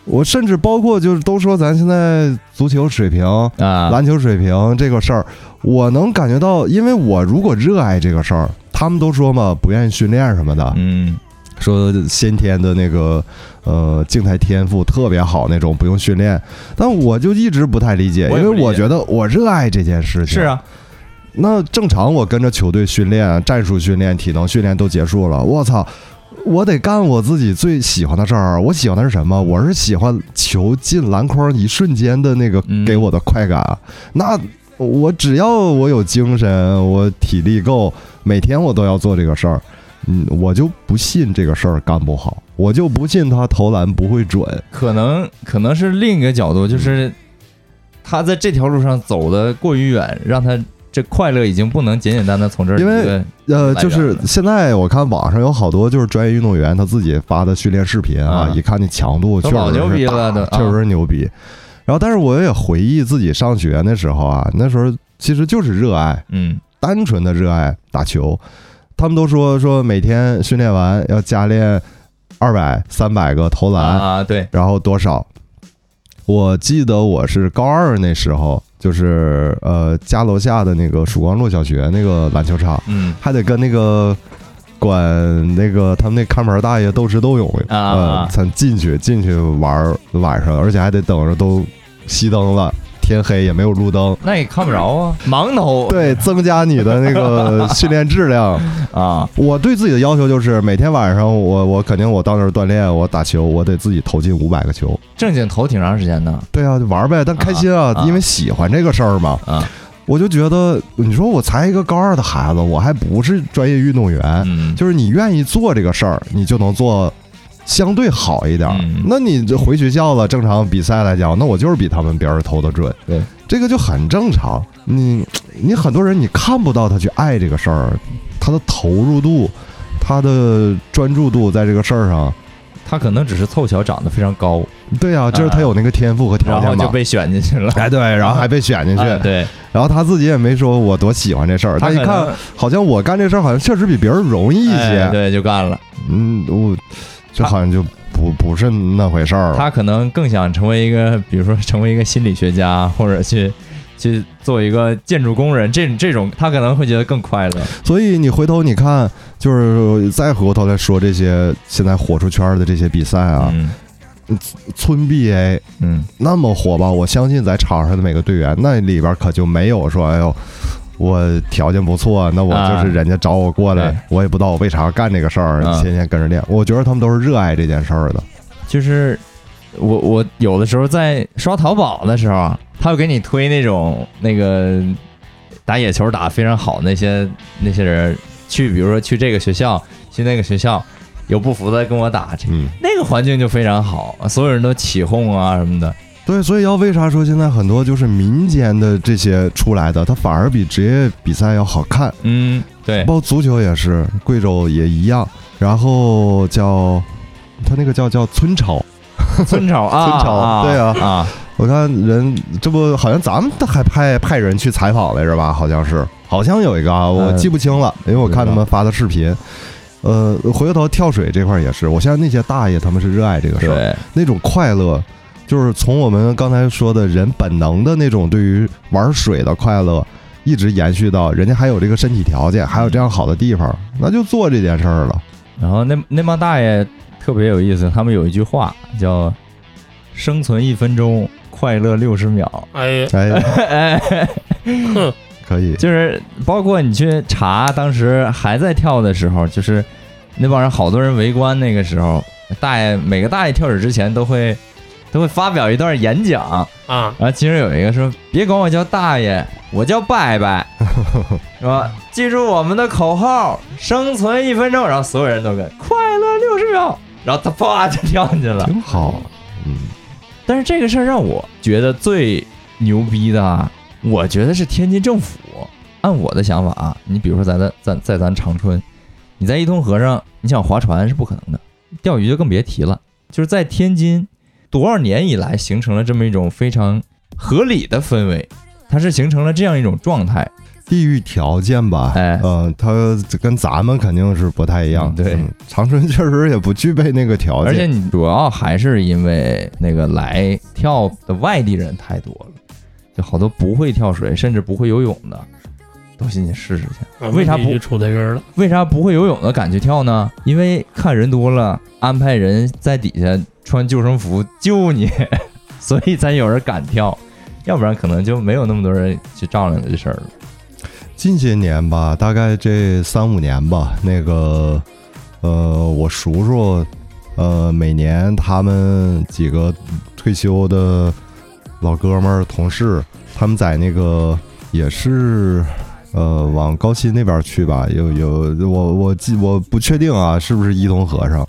我甚至包括就是都说咱现在足球水平、
啊，
篮球水平这个事儿，我能感觉到，因为我如果热爱这个事儿，他们都说嘛，不愿意训练什么的，
嗯，
说先天的那个呃静态天赋特别好那种，不用训练。但我就一直不太理解，
我也
因
不理解
为我觉得我热爱这件事情。
是啊，
那正常我跟着球队训练、战术训练、体能训练都结束了，我操，我得干我自己最喜欢的事儿。我喜欢的是什么？我是喜欢球进篮筐一瞬间的那个
嗯
给我的快感。那我只要我有精神，我体力够，每天我都要做这个事儿。嗯，我就不信这个事儿干不好，我就不信他投篮不会准。
可能可能是另一个角度，
嗯
就是他在这条路上走的过于远，让他这快乐已经不能简简单单从这儿
因为
一个
呃，
来
就
源
是
了
现在我看网上有好多就是专业运动员他自己发的训练视频啊，
啊
一看那强度确
都
实
老
是
牛逼
大
了都啊
确实是牛逼。然后，但是我也回忆自己上学那时候啊，那时候其实就是热爱，
嗯
单纯的热爱打球。他们都说说每天训练完要加练二百、三百个投篮，
啊，对，
然后多少？我记得我是高二那时候，就是呃家楼下的那个曙光路小学那个篮球场。
嗯
还得跟那个管那个他们那看门大爷斗智斗勇
啊
呃才进去进去玩儿晚上，而且还得等着都熄灯了，天黑也没有路灯，
那也看不着啊，盲头
对，增加你的那个训练质量。
啊，
我对自己的要求就是每天晚上我我肯定我到那儿锻炼，我打球，我得自己投进五百个球。
正经投挺长时间的
对啊，就玩儿呗，但开心啊，
啊啊
因为喜欢这个事儿嘛。
啊，
我就觉得，你说我才一个高二的孩子，我还不是专业运动员，
嗯，
就是你愿意做这个事儿，你就能做相对好一点儿。
嗯
那你这回学校了，正常比赛来讲，那我就是比他们别人投的准，
对，
这个就很正常。你你很多人你看不到他去爱这个事儿，他的投入度，他的专注度在这个事儿上，
他可能只是凑巧长得非常高，
对啊，就是他有那个天赋和条
然后
件
就
嘛。
被选进去了，
哎，对，然后还被选进去，
啊对，
然后他自己也没说我多喜欢这事儿，
他
但一
可
看
能
好像我干这事儿好像确实比别人容易一些，
哎对，就干了。
嗯，我这
他
好像就不不是那回事儿了。
他可能更想成为一个，比如说成为一个心理学家，或者去去做一个建筑工人，这这种他可能会觉得更快乐。
所以你回头你看，就是再回过头来说这些现在火出圈儿的这些比赛啊，
嗯
村 BA
嗯，
那么火爆，我相信在场上的每个队员那里边可就没有说，哎呦。我条件不错，那我
啊
就是人家找我过来，
对
我也不知道我为啥干这个事儿，
哎啊
天天跟着练。我觉得他们都是热爱这件事儿的。
就是我我有的时候在刷淘宝的时候啊，他会给你推那种那个打野球打得非常好那些那些人去，比如说去这个学校，去那个学校。有不服的跟我打，这
嗯，
那个环境就非常好，所有人都起哄啊什么的。
对，所以要为啥说现在很多就是民间的这些出来的，它反而比职业比赛要好看。
嗯，对，
包括足球也是，贵州也一样。然后叫他那个叫叫村超，
村 超啊，
村超对啊
啊，
我看人这不好像咱们还派派人去采访来着吧？好像是，好像有一个啊，我
嗯
记不清了，因为我看他们发的视频。呃，回过头跳水这块儿也是，我相信那些大爷他们是热爱这个事儿，
对，
那种快乐，就是从我们刚才说的人本能的那种对于玩水的快乐，一直延续到人家还有这个身体条件，还有这样好的地方，那就做这件事儿了。
然后那那帮大爷特别有意思，他们有一句话叫“生存一分钟，快乐六十秒
哎呀，
哎，”，
哼，
可以，
就是包括你去查当时还在跳的时候，就是那帮人好多人围观那个时候，大爷每个大爷跳水之前都会都会发表一段演讲，
啊，
然后其中有一个说：“别管我叫大爷，我叫拜拜，是吧？记住我们的口号，生存一分钟。”然后所有人都跟快乐六十秒，然后他啪就跳进去了。
挺好。嗯，
但是这个事儿让我觉得最牛逼的啊，我觉得是天津政府。按我的想法啊，你比如说咱在咱在咱长春，你在伊通河上，你想划船是不可能的，钓鱼就更别提了。就是在天津多少年以来形成了这么一种非常合理的氛围，它是形成了这样一种状态。
地域条件吧，
哎
嗯，它跟咱们肯定是不太一样。
嗯对
嗯，长春确实也不具备那个条件。
而且你主要还是因为那个来跳的外地人太多了，就好多不会跳水甚至不会游泳的，都进去试试去。为啥不
问题就出在这儿了？
为啥不会游泳的敢去跳呢？因为看人多了，安排人在底下穿救生服救你， 所以才有人敢跳，要不然可能就没有那么多人去照亮这事儿了。
近些年吧，大概这三五年吧，那个，呃，我叔叔，呃，每年他们几个退休的老哥们儿、同事，他们在那个也是，呃，往高新那边去吧，有有我我记我不确定啊，是不是伊通河上，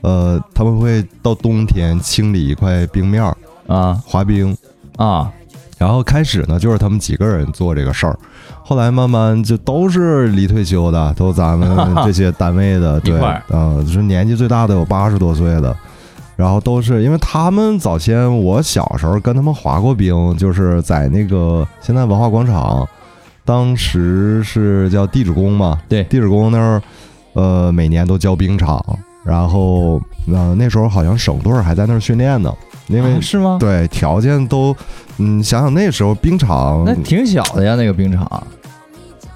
呃，他们会到冬天清理一块冰面儿
啊
滑冰，
啊，
然后开始呢，就是他们几个人做这个事儿，后来慢慢就都是离退休的，都咱们这些单位 的，对，
一块
啊
儿、
就是年纪最大的有八十多岁的，然后都是因为他们早先我小时候跟他们滑过冰，就是在那个现在文化广场，当时是叫地质宫嘛，
对
地质宫那儿，呃，每年都交冰场，然后呃那时候好像省队儿还在那儿训练呢，因为
啊是吗？
对，条件都，嗯，想想那时候冰场
那，挺小的呀，那个冰
哎
场。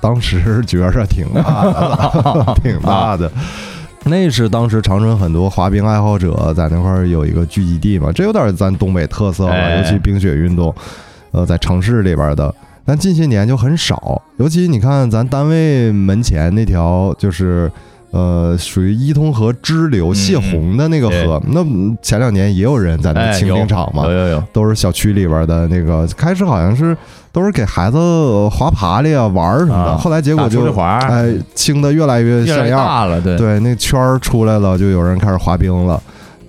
当时觉着挺大 的，挺大的。那是当时长春很多滑冰爱好者在那块儿有一个聚集地嘛，这有点咱东北特色了，
哎
尤其冰雪运动，呃，在城市里边的。但近些年就很少，尤其你看咱单位门前那条就是。呃，属于伊通河支流泄
嗯
洪的那个河，那前两年也有人在那
哎
清
有
冰场嘛，
有有有，
都是小区里边的那个，开始好像是都是给孩子滑爬犁啊玩儿什么的，
啊
后来结
打
果
出溜
就
滑儿
哎清的越来越
越来
像
越
样儿，
大了，对，
对，那圈儿出来了，就有人开始滑冰了。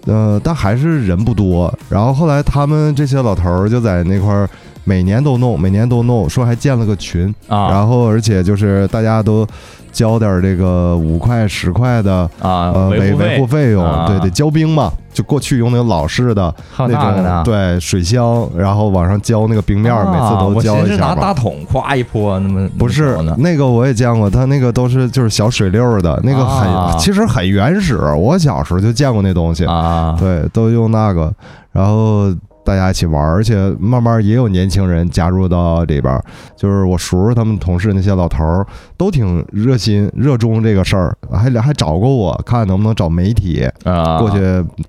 呃，但还是人不多。然后后来他们这些老头儿就在那块儿每年都弄，每年都弄，说还建了个群，
啊
然后而且就是大家都交点儿这个五块十块的
啊，
呃维
护费
护费用，
啊
对，得交冰嘛，就过去用那个老式的，
还有
那
那
种
个呢，
对水箱，然后往上浇那个冰面儿，每次
啊
都
我
浇
寻
一
思
下
拿
吧。
大桶夸一泼，那么
不是
那么小呢
那个我也见过，它那个都是就是小水溜儿的，那个很、
啊
其实很原始，我小时候就见过那东西，
啊，
对，都用那个，然后大家一起玩儿，而且慢慢也有年轻人加入到里边儿，就是我叔叔他们同事那些老头儿都挺热心热衷这个事儿，还还找过我看能不能找媒体，
啊，
过去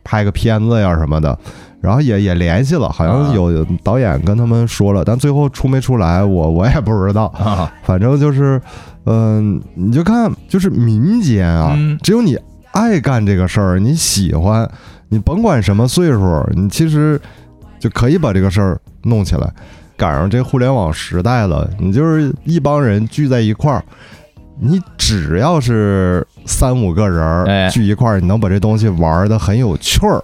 拍个片子呀什么的，然后也也联系了，好像
啊
有导演跟他们说了，但最后出没出来，我我也不知道。
啊，
反正就是，嗯、你就看，就是民间啊，
嗯
只有你爱干这个事儿，你喜欢，你甭管什么岁数，你其实就可以把这个事儿弄起来。赶上这互联网时代了，你就是一帮人聚在一块儿，你只要是三五个人
哎
儿聚一块儿，你能把这东西玩的很有趣儿，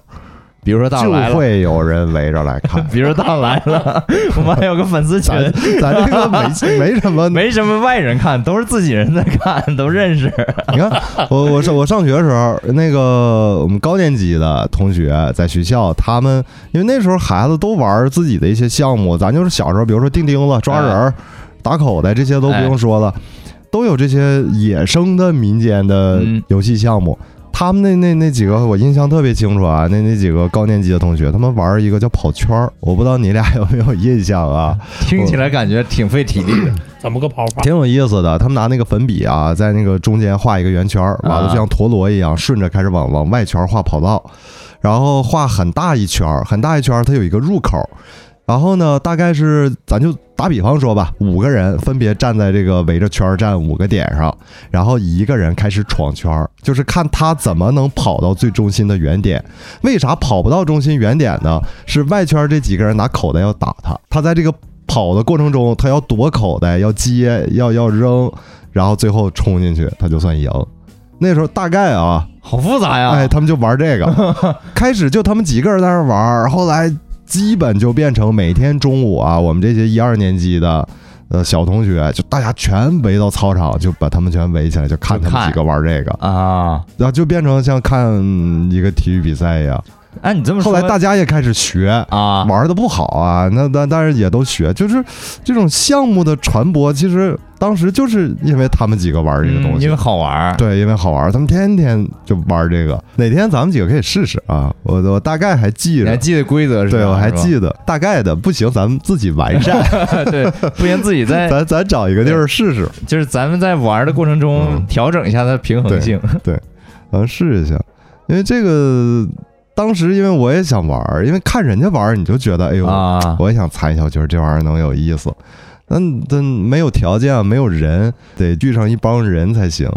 比如说 大
就
来了。。
会有人围着来看
比如大来了，我们还有个粉丝群，
咱 咱这个没没什 么
没什么外人看，都是自己人在看，都认 识。
你看，我我上我上学的时候，那个我们高年级的同学在学校，他们因为那时候孩子都玩自己的一些项目，咱就是小时候，比如说钉钉子、抓人儿、打口袋这些都不用说了，都有这些野生的民间的
嗯
游戏项目。他们那那那几个我印象特别清楚啊，那那几个高年级的同学，他们玩一个叫跑圈儿，我不知道你俩有 没有印象啊，
听起来感觉挺费体力的。
怎么个跑法？
挺有意思的。他们拿那个粉笔啊，在那个中间画一个圆圈儿，完了
啊
就像陀螺一样，顺着开始往往外圈儿画跑道，然后画很大一圈儿，很大一圈儿，它有一个入口。然后呢，大概是咱就打比方说吧，五个人分别站在这个围着圈儿站五个点上，然后一个人开始闯圈儿，就是看他怎么能跑到最中心的原点。为啥跑不到中心原点呢？是外圈儿这几个人拿口袋要打他，他在这个跑的过程中，他要躲口袋，要接，要要扔，然后最后冲进去，他就算赢。那时候大概啊，
好复杂呀！
哎，他们就玩这 个，开始就他们几个人在那儿玩儿，后来基本就变成每天中午啊，我们这些一二年级的。呃，小同学就大家全围到操场，就把他们全围起来，就看他们
就看
几个玩这个，
啊，
然后就变成像看一个体育比赛一样。
哎，你这么
后
说，
来大家也开始学，
啊，
玩的不好啊，那但但是也都学，就是这种项目的传播，其实当时就是因为他们几个玩这个东
嗯
西，
因为好玩儿。
对，因为好玩，他们天天就玩这个。哪天咱们几个可以试试啊？我我大概还记
你还
着，
记得规则是吧？
对我还
是吧
记得大概的，不行咱们自己完 善，
对，不行自己在
咱咱找一个地儿试试，
就是咱们在玩的过程中
嗯
调整一下它的平衡性。
咱们试一下，因为这个当时因为我也想玩，因为看人家玩你就觉得哎呦
啊，
我也想参与一下，我觉得这玩意儿能有意思。但但没有条件，没有人，得聚上一帮人才行。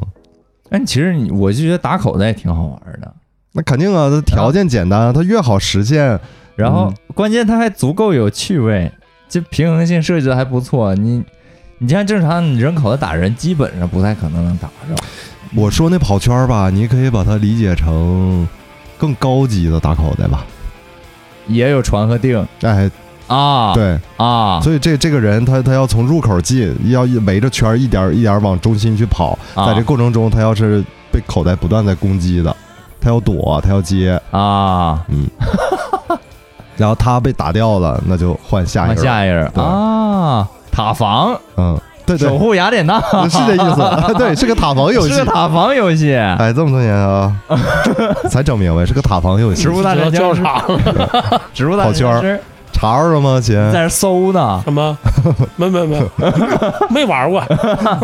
哎，其实你我就觉得打口袋也挺好玩的，
那肯定啊，它条件简单，它越好实现。
然后
嗯
关键它还足够有趣味，这平衡性设计的还不错。你你像正常你扔口袋打人，基本上不太可能能打着。
我说那跑圈儿吧，你可以把它理解成更高级的打口袋吧。
也有传和定
哎，
啊，
对，
啊，
所以这这个人他他要从入口进，要围着圈儿一点儿一点儿往中心去跑，
啊
在这过程中他要是被口袋不断在攻击的，他要躲，他要接，
啊，
然后他被打掉了，那就换下一
往
个人。
下一人
对
啊，塔防
嗯，对对
守，护雅典娜
是这意思，对，是个塔防游戏
是。个塔防游戏，
哎，这么多年 啊，才整明白是个塔防游戏
植。物大
这
战僵
叫
尸，
啥？
植物大
跑
战
圈
僵
儿
尸
查着了吗，亲？
在这搜呢，
什么？没没没，没玩过。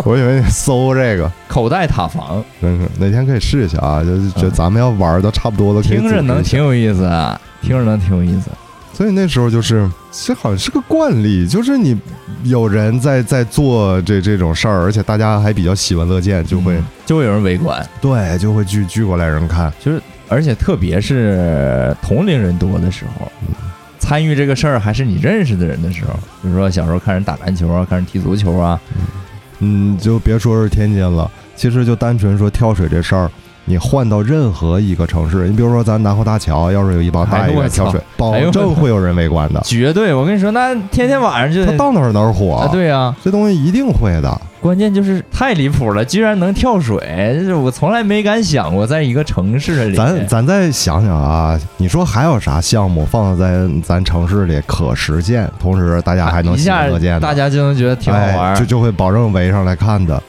我以为你搜这个，
口袋塔防，
真是哪天可以试一下啊！就是觉得咱们要玩的差不多了，可以
嗯听着
组织一
能
下
挺有意思，啊听着能挺有意思。
所以那时候就是，这好像是个惯例，就是你有人在在做这这种事儿，而且大家还比较喜闻乐见，就会、
嗯就会有人围观，
对，就会聚聚过来人看。
就是而且特别是同龄人多的时候，
嗯
参与这个事儿还是你认识的人的时候，比如说小时候看人打篮球啊，看人踢足球啊，
嗯，就别说是天津了，其实就单纯说跳水这事儿，你换到任何一个城市，你比如说咱南湖大桥，要是有一帮大
哎
爷
呦我
跳水，保
哎呦我
证会有人围 观的。
绝对我跟你说，那天天晚上就
啊他到哪儿哪儿火、
啊，对啊，
这东西一定会的。
关键就是太离谱了，居然能跳水，就是我从来没敢想过在一个城市里，
咱咱再想想啊，你说还有啥项目放在咱城市里可实现，同时大家还能
啊一
喜
下
闻乐见的，
大家就能觉得挺好玩
哎
儿，
就就会保证围上来看的。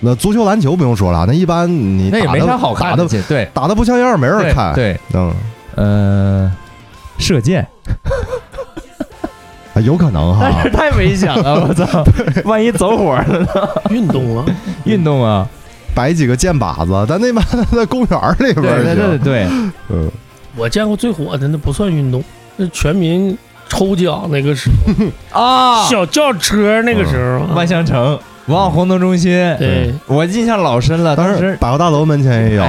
那足球、篮球不用说了，那一般你
那也
打
没
得
啥好看
打
的
的
去，对，
打的不像样儿，没人
对
看。，
对，
嗯，
呃，射箭。
啊有可能哈
但。是太危险了，我操！万一走火了，
运动啊，
运动啊，
摆几个箭靶子，咱那边在公园里 边
对
儿
对对
行。
对，
嗯，
我见过最火的那不算运动，那全民抽奖那个时
啊，嗯
小轿车那个时候啊，
万象城、文化活动中心，
对，
我印象老深了，当
但是
时哎
百货大楼门前也有，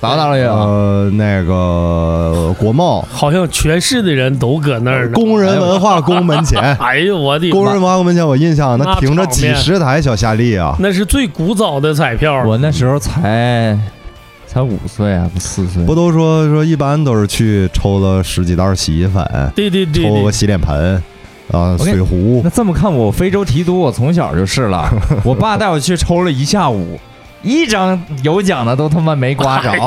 打不打了也有，
呃，那个国贸
好像全市的人都搁那儿呢。，
工人文化宫门前
哎呦我的
工
妈
人！文化宫门前，我印象
那
那停着几十台小夏利啊，
那是最古早的彩票，
我那时候才才五岁啊，不四岁，
不都说说一般都是去抽了十几袋洗衣粉，
对对对
抽
对
个，洗脸盆，啊，
跟
水壶
那，这么看，我非洲提督我从小就是了。我爸带我去抽了一下午，一张有奖的都他妈没刮着。
哎呦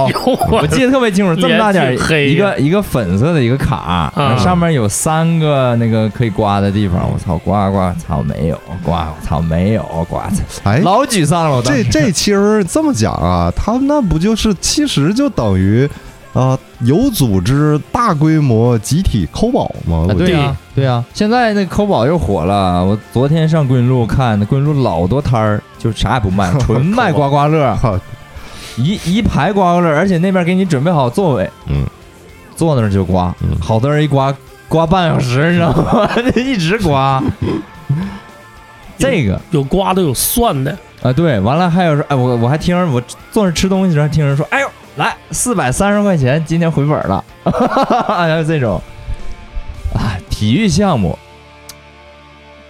我
我记得特别清楚，这么大点儿
脸挺黑呀
一个一个粉色的一个卡，
嗯
上面有三个那个可以刮的地方。我操，刮刮，操没有刮，我操没有刮，
哎，
老沮丧了。我当
这
时
这其实这么讲啊，他们那不就是其实就等于啊、呃有组织、大规模集体抠宝吗？
啊，
我觉
对
得
呀，对呀，现在那抠宝又火了。我昨天上桂林路看，桂林路老多摊儿，就啥也不卖，纯卖刮刮乐，
啊
一一排刮刮乐，而且那边给你准备好座位，
嗯，
坐那儿就刮，
嗯
好多人一刮刮半小时，你知道吗？ 一直刮。这个
有刮的有算的，
啊，对，完了还有说，哎，我我还听人我坐那儿吃东西的时候还听人说，哎呦，来四百三十块钱，今天回本了， 还有这种啊，体育项目，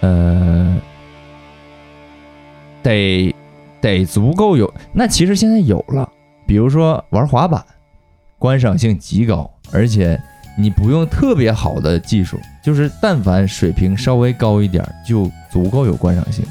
呃，得得足够有，那其实现在有了，比如说玩滑板，观赏性极高，而且你不用特别好的技术，就是但凡水平稍微高一点儿就足够有观赏性。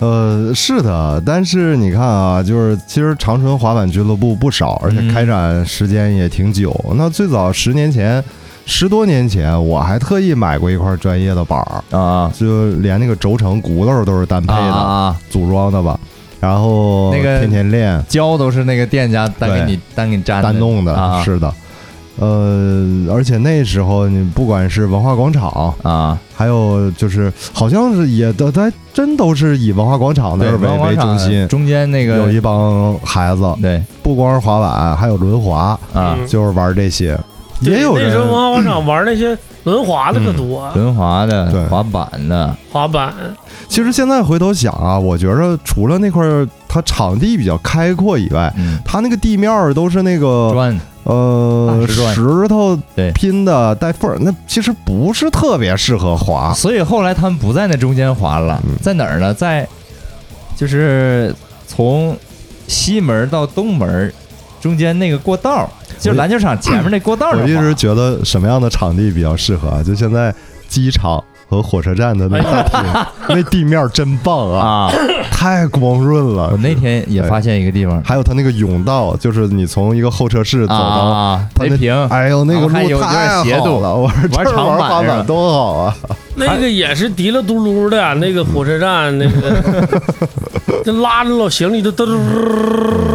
呃，是的，但是你看啊，就是其实长春滑板俱乐部不少，而且
嗯
开展时间也挺久。那最早十年前、十多年前，我还特意买过一块专业的板儿，
啊
就连那个轴承、轱辘都是单配
啊
的、
啊！
组装的吧。然后
那个
天天练，
胶都是那个店家单给你单给你粘的
单弄的，
啊
是的。呃，而且那时候你不管是文化广场，
啊，
还有就是好像是也都还真都是以文化广场那
对，
儿为
文化
为
广场
中心，
中间那个
有一帮孩子，
对
不光是滑板，还有轮滑，
啊，
嗯
就是玩这些，
对
也有
那
人
时候文化广场玩那些轮滑的可多，啊
轮滑
对
的、滑板的，
滑板
其实现在回头想啊，我觉着除了那块儿它场地比较开阔以外，
嗯，
它那个地面儿都是那个
砖
呃
大石砖
石头
对
拼的带缝儿，那其实不是特别适合滑。
所以后来他们不在那中间滑了
啊嗯，
在哪儿呢？在就是从西门到东门中间那个过道儿，就是篮球场前面那过道儿
我
上
一直
滑。
觉得什么样的场地比较适合啊？就现在机场和火车站的
哎
那大 厅，那地面儿真棒啊，
啊，
太光润
我
了。
那天也发现一个地方
还有它那个甬道，就是你从一个候车室走
啊
到，
啊，
它
雷
那
平
哎呦那个
我看有
路
有点
太
斜
好
度
了，我说
玩
这
长
玩
板
滑
是吧
板多好啊！
那个也是滴了嘟噜的、啊那个火车站那个，就拉着老行李就嘟嘟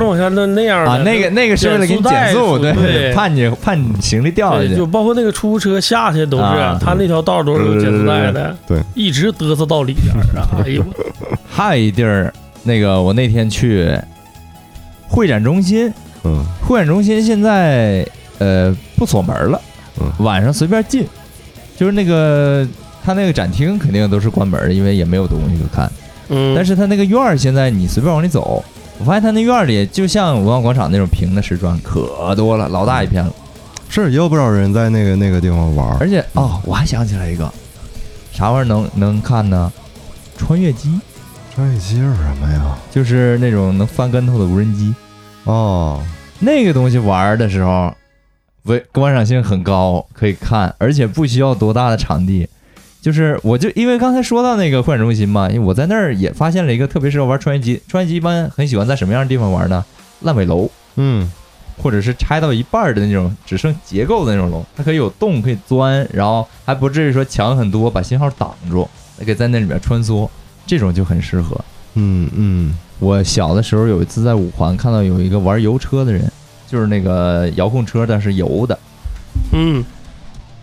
往下那那样的
啊，那个那个是为了给你减速，对，怕你怕你行李掉下
对，
去
就包括那个出租车下去都是，
啊
他那条道都是有减速带的，
对，
一直嘚瑟到里边儿啊！哎呦，
还有一地儿，那个我那天去会展中心，
嗯，
会展中心现在呃不锁门了，
嗯
晚上随便进，就是那个他那个展厅肯定都是关门的，因为也没有东西可看。
嗯，
但是他那个院儿现在你随便往里走，我发现他那院儿里就像文化广场那种平的石砖可多了，老大一片了。
是也有不少人在那个那个地方玩儿
而且哦，我还想起来一个，啥玩意儿能能看呢？穿越机，
穿越机是什么呀？
就是那种能翻跟头的无人机。
哦，
那个东西玩儿的时候，为观赏性很高，可以看，而且不需要多大的场地。就是我就因为刚才说到那个会展中心嘛，因为我在那儿也发现了一个特别适合玩穿越机。穿越机一般很喜欢在什么样的地方玩呢？烂尾楼，
嗯，
或者是拆到一半儿的那种只剩结构的那种楼，它可以有洞可以钻，然后还不至于说墙很多把信号挡住，它可以在那里面穿梭，这种就很适合。
嗯嗯，
我小的时候有一次在五环看到有一个玩油车的人，就是那个遥控车，但是油的，
嗯，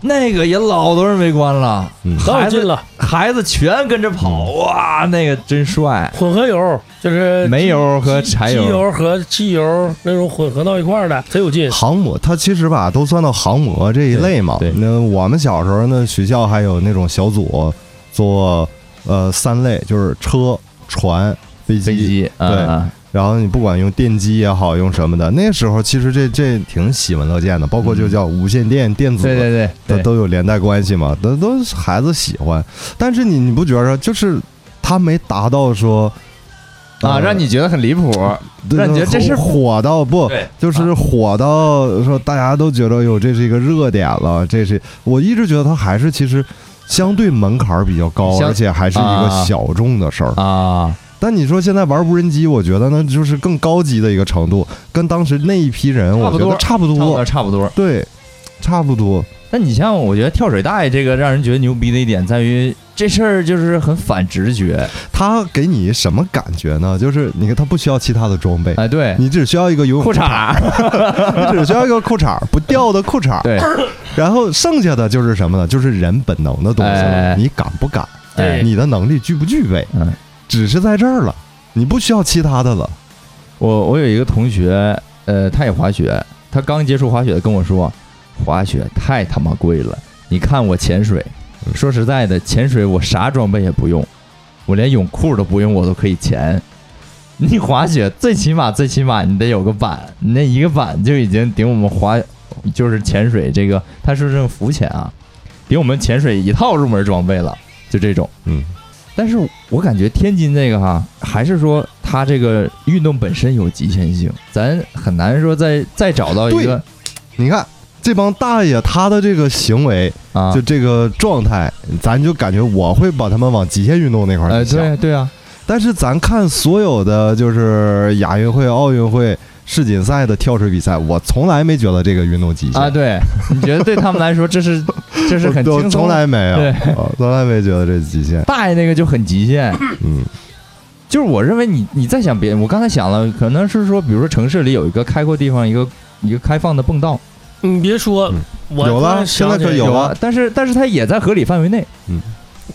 那个也老多人围观了，
嗯
到
孩
进
子
了
孩子全跟着跑，哇，那个真帅，
混合油就是
煤油和柴
机油和汽油那种混合到一块儿的，贼有劲。
航模，它其实吧都算到航模这一类嘛
对。对
那我们小时候呢，学校还有那种小组做呃三类，就是车、船、飞机。
飞机啊
对
啊，
然后你不管用电机也好，用什么的，那时候其实这这挺喜闻乐见的，包括就叫无线电、电子。
嗯对对对
都
对，
都有连带关系嘛，都都是孩子喜欢，但是你你不觉着就是他没达到说
啊，
呃
让你觉得很离谱，让你觉得这是
火到不
对，
就是火到说大家都觉得哟，这是一个热点了，这是我一直觉得它还是其实相对门槛儿比较高，
相
而且还是一个
啊
小众的事儿。
啊，
但你说现在玩无人机，我觉得那就是更高级的一个程度，跟当时那一批人，我觉得差不
差不
多
多，，差不多。
对，差不多。
但你像我觉得跳水大爷这个让人觉得牛逼的一点在于，这事儿就是很反直觉。
他给你什么感觉呢？就是你看，他不需要其他的装备，
哎，对，
你只需要一个游泳
裤衩，
你只需要一个裤衩儿，不掉的裤衩儿，
对，
然后剩下的就是什么呢？就是人本能的东西
哎
了，你敢不敢？
对
哎，
你的能力具不具备？
嗯，
只是在这儿了，你不需要其他的了。
我我有一个同学，呃，他也滑雪，他刚接触滑雪，跟我说，滑雪太他妈贵了。你看我潜水，说实在的，潜水我啥装备也不用，我连泳裤都不用，我都可以潜。 你滑雪最起码最起码你得有个板，你那一个板就已经顶我们滑，就是潜水这个，他说这种浮潜啊，顶我们潜水一套入门装备了，就这种。
嗯，
但是我感觉天津这个哈，还是说它这个运动本身有极限性，咱很难说再再找到一个
你看这帮大爷他的这个行为，
啊，
就这个状态，咱就感觉我会把他们往极限运动那块
呃，
儿去想。
对对啊，
但是咱看所有的就是亚运会、奥运会、世锦赛的跳水比赛，我从来没觉得这个运动极限
啊，对，你觉得对他们来说这是这是
我
很轻
我
松
从
的？
来没有
对，
我从来没觉得这是极限。
大爷那个就很极限，
嗯，
就是我认为你你再想别，我刚才想了，可能是说，比如说城市里有一个开阔地方，一个一个开放的蹦道，
你别说
嗯，
我
有
突然
了现
想
在
起
可
来
有了
啊，但是但是它也在合理范围内，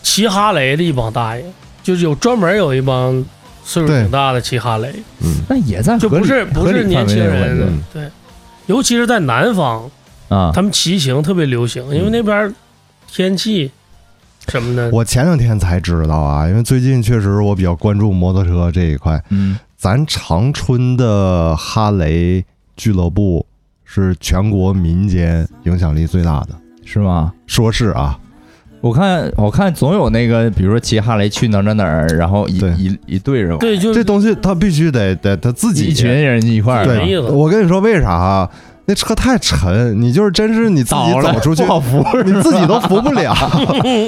骑哈雷的一帮大爷，就是有专门有一帮岁数
对
挺大的骑哈雷，
但也在合
就
理
不是不
合
是
理范
年
围
轻
内我感觉
人
嗯，
对，尤其是在南方，
啊，
他们骑行特别流行，因为那边天气什么的，
我前两天才知道啊，因为最近确实我比较关注摩托车这一块。
嗯，
咱长春的哈雷俱乐部是全国民间影响力最大的，
是吗？
说是啊，
我看，我看总有那个，比如说骑哈雷去哪儿哪儿哪儿，然后一
对
一一队人，
对，就
这东西他必须得得他自己
一群人一块儿，
没意
对，
思
我跟你说为啥啊？那车太沉，你就是真是你自己
倒了
走出去
不好扶，
你自己都扶不 了，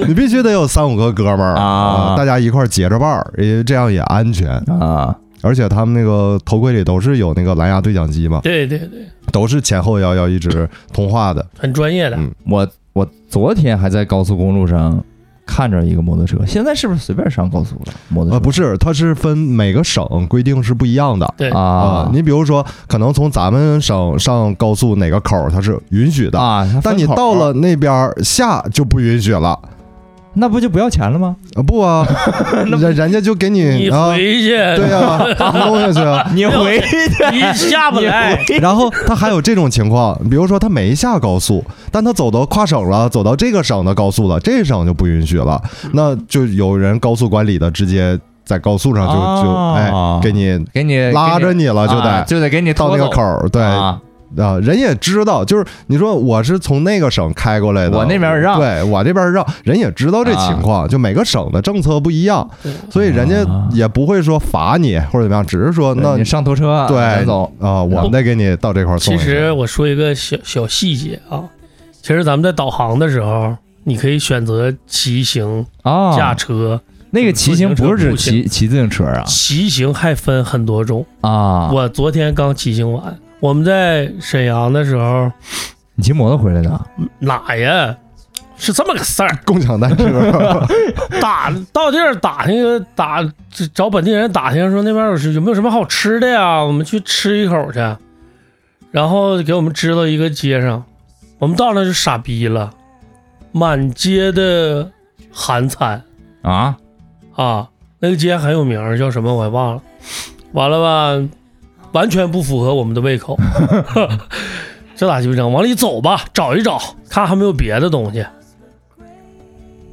你必须得有三五个哥们儿
啊
大家一块儿结着伴儿，也这样也安全。
啊，
而且他们那个头盔里都是有那个蓝牙对讲机嘛，
对对对，
都是前后摇要一直通话的。
很专业的
嗯，
我我昨天还在高速公路上看着一个摩托车，现在是不是随便上高速了？摩托车
呃，不是，它是分每个省规定是不一样的
对
啊，
你比如说，可能从咱们省上高速哪个口儿它是允许的，
啊，它
但你
分口
到了那边儿下就不允许了。
那不就不要钱了吗？
啊不 啊，人人家就给你
你
啊，
回去，
对 呀，弄下去啊。
你回去，
你下不来，
然后他还有这种情况，比如说他没下高速，但他走到跨省了，走到这个省的高速了，这省就不允许了，
嗯
那就有人高速管理的直接在高速上就就哎
啊
给你
给你
拉着
给
你了，就
啊
得
就得给你
到
拖
那个
走
口儿，对啊，
啊，
人也知道，就是你说我是从那个省开过来的，
我那边让
对我这边让，人也知道这情况，就每个省的政策不一样，
对
所以人家
啊
也不会说罚你或者怎么样，只是说那
对你上拖车拿
对
走
啊，我们得给你到这块儿送
其
一下。
实我说一个小小细节啊，其实咱们在导航的时候，你可以选择骑行、
啊，
驾车、
那个骑行不是指
自行
骑骑自行车啊
骑行，还分很多种。
啊，
我昨天刚骑行完，我们在沈阳的时候，
你骑摩托回来的？
哪呀？是这么个 事儿，
共享单车，
打到地儿打听打找本地人打听，说那边有有没有什么好吃的呀？我们去吃一口去。然后给我们支到一个街上，我们到那就傻逼了，满街的韩餐
啊，
啊，那个街很有名儿，叫什么我也忘了。完了吧，完全不符合我们的胃口， 这咋鸡巴整？往里走吧，找一找，看还没有别的东西。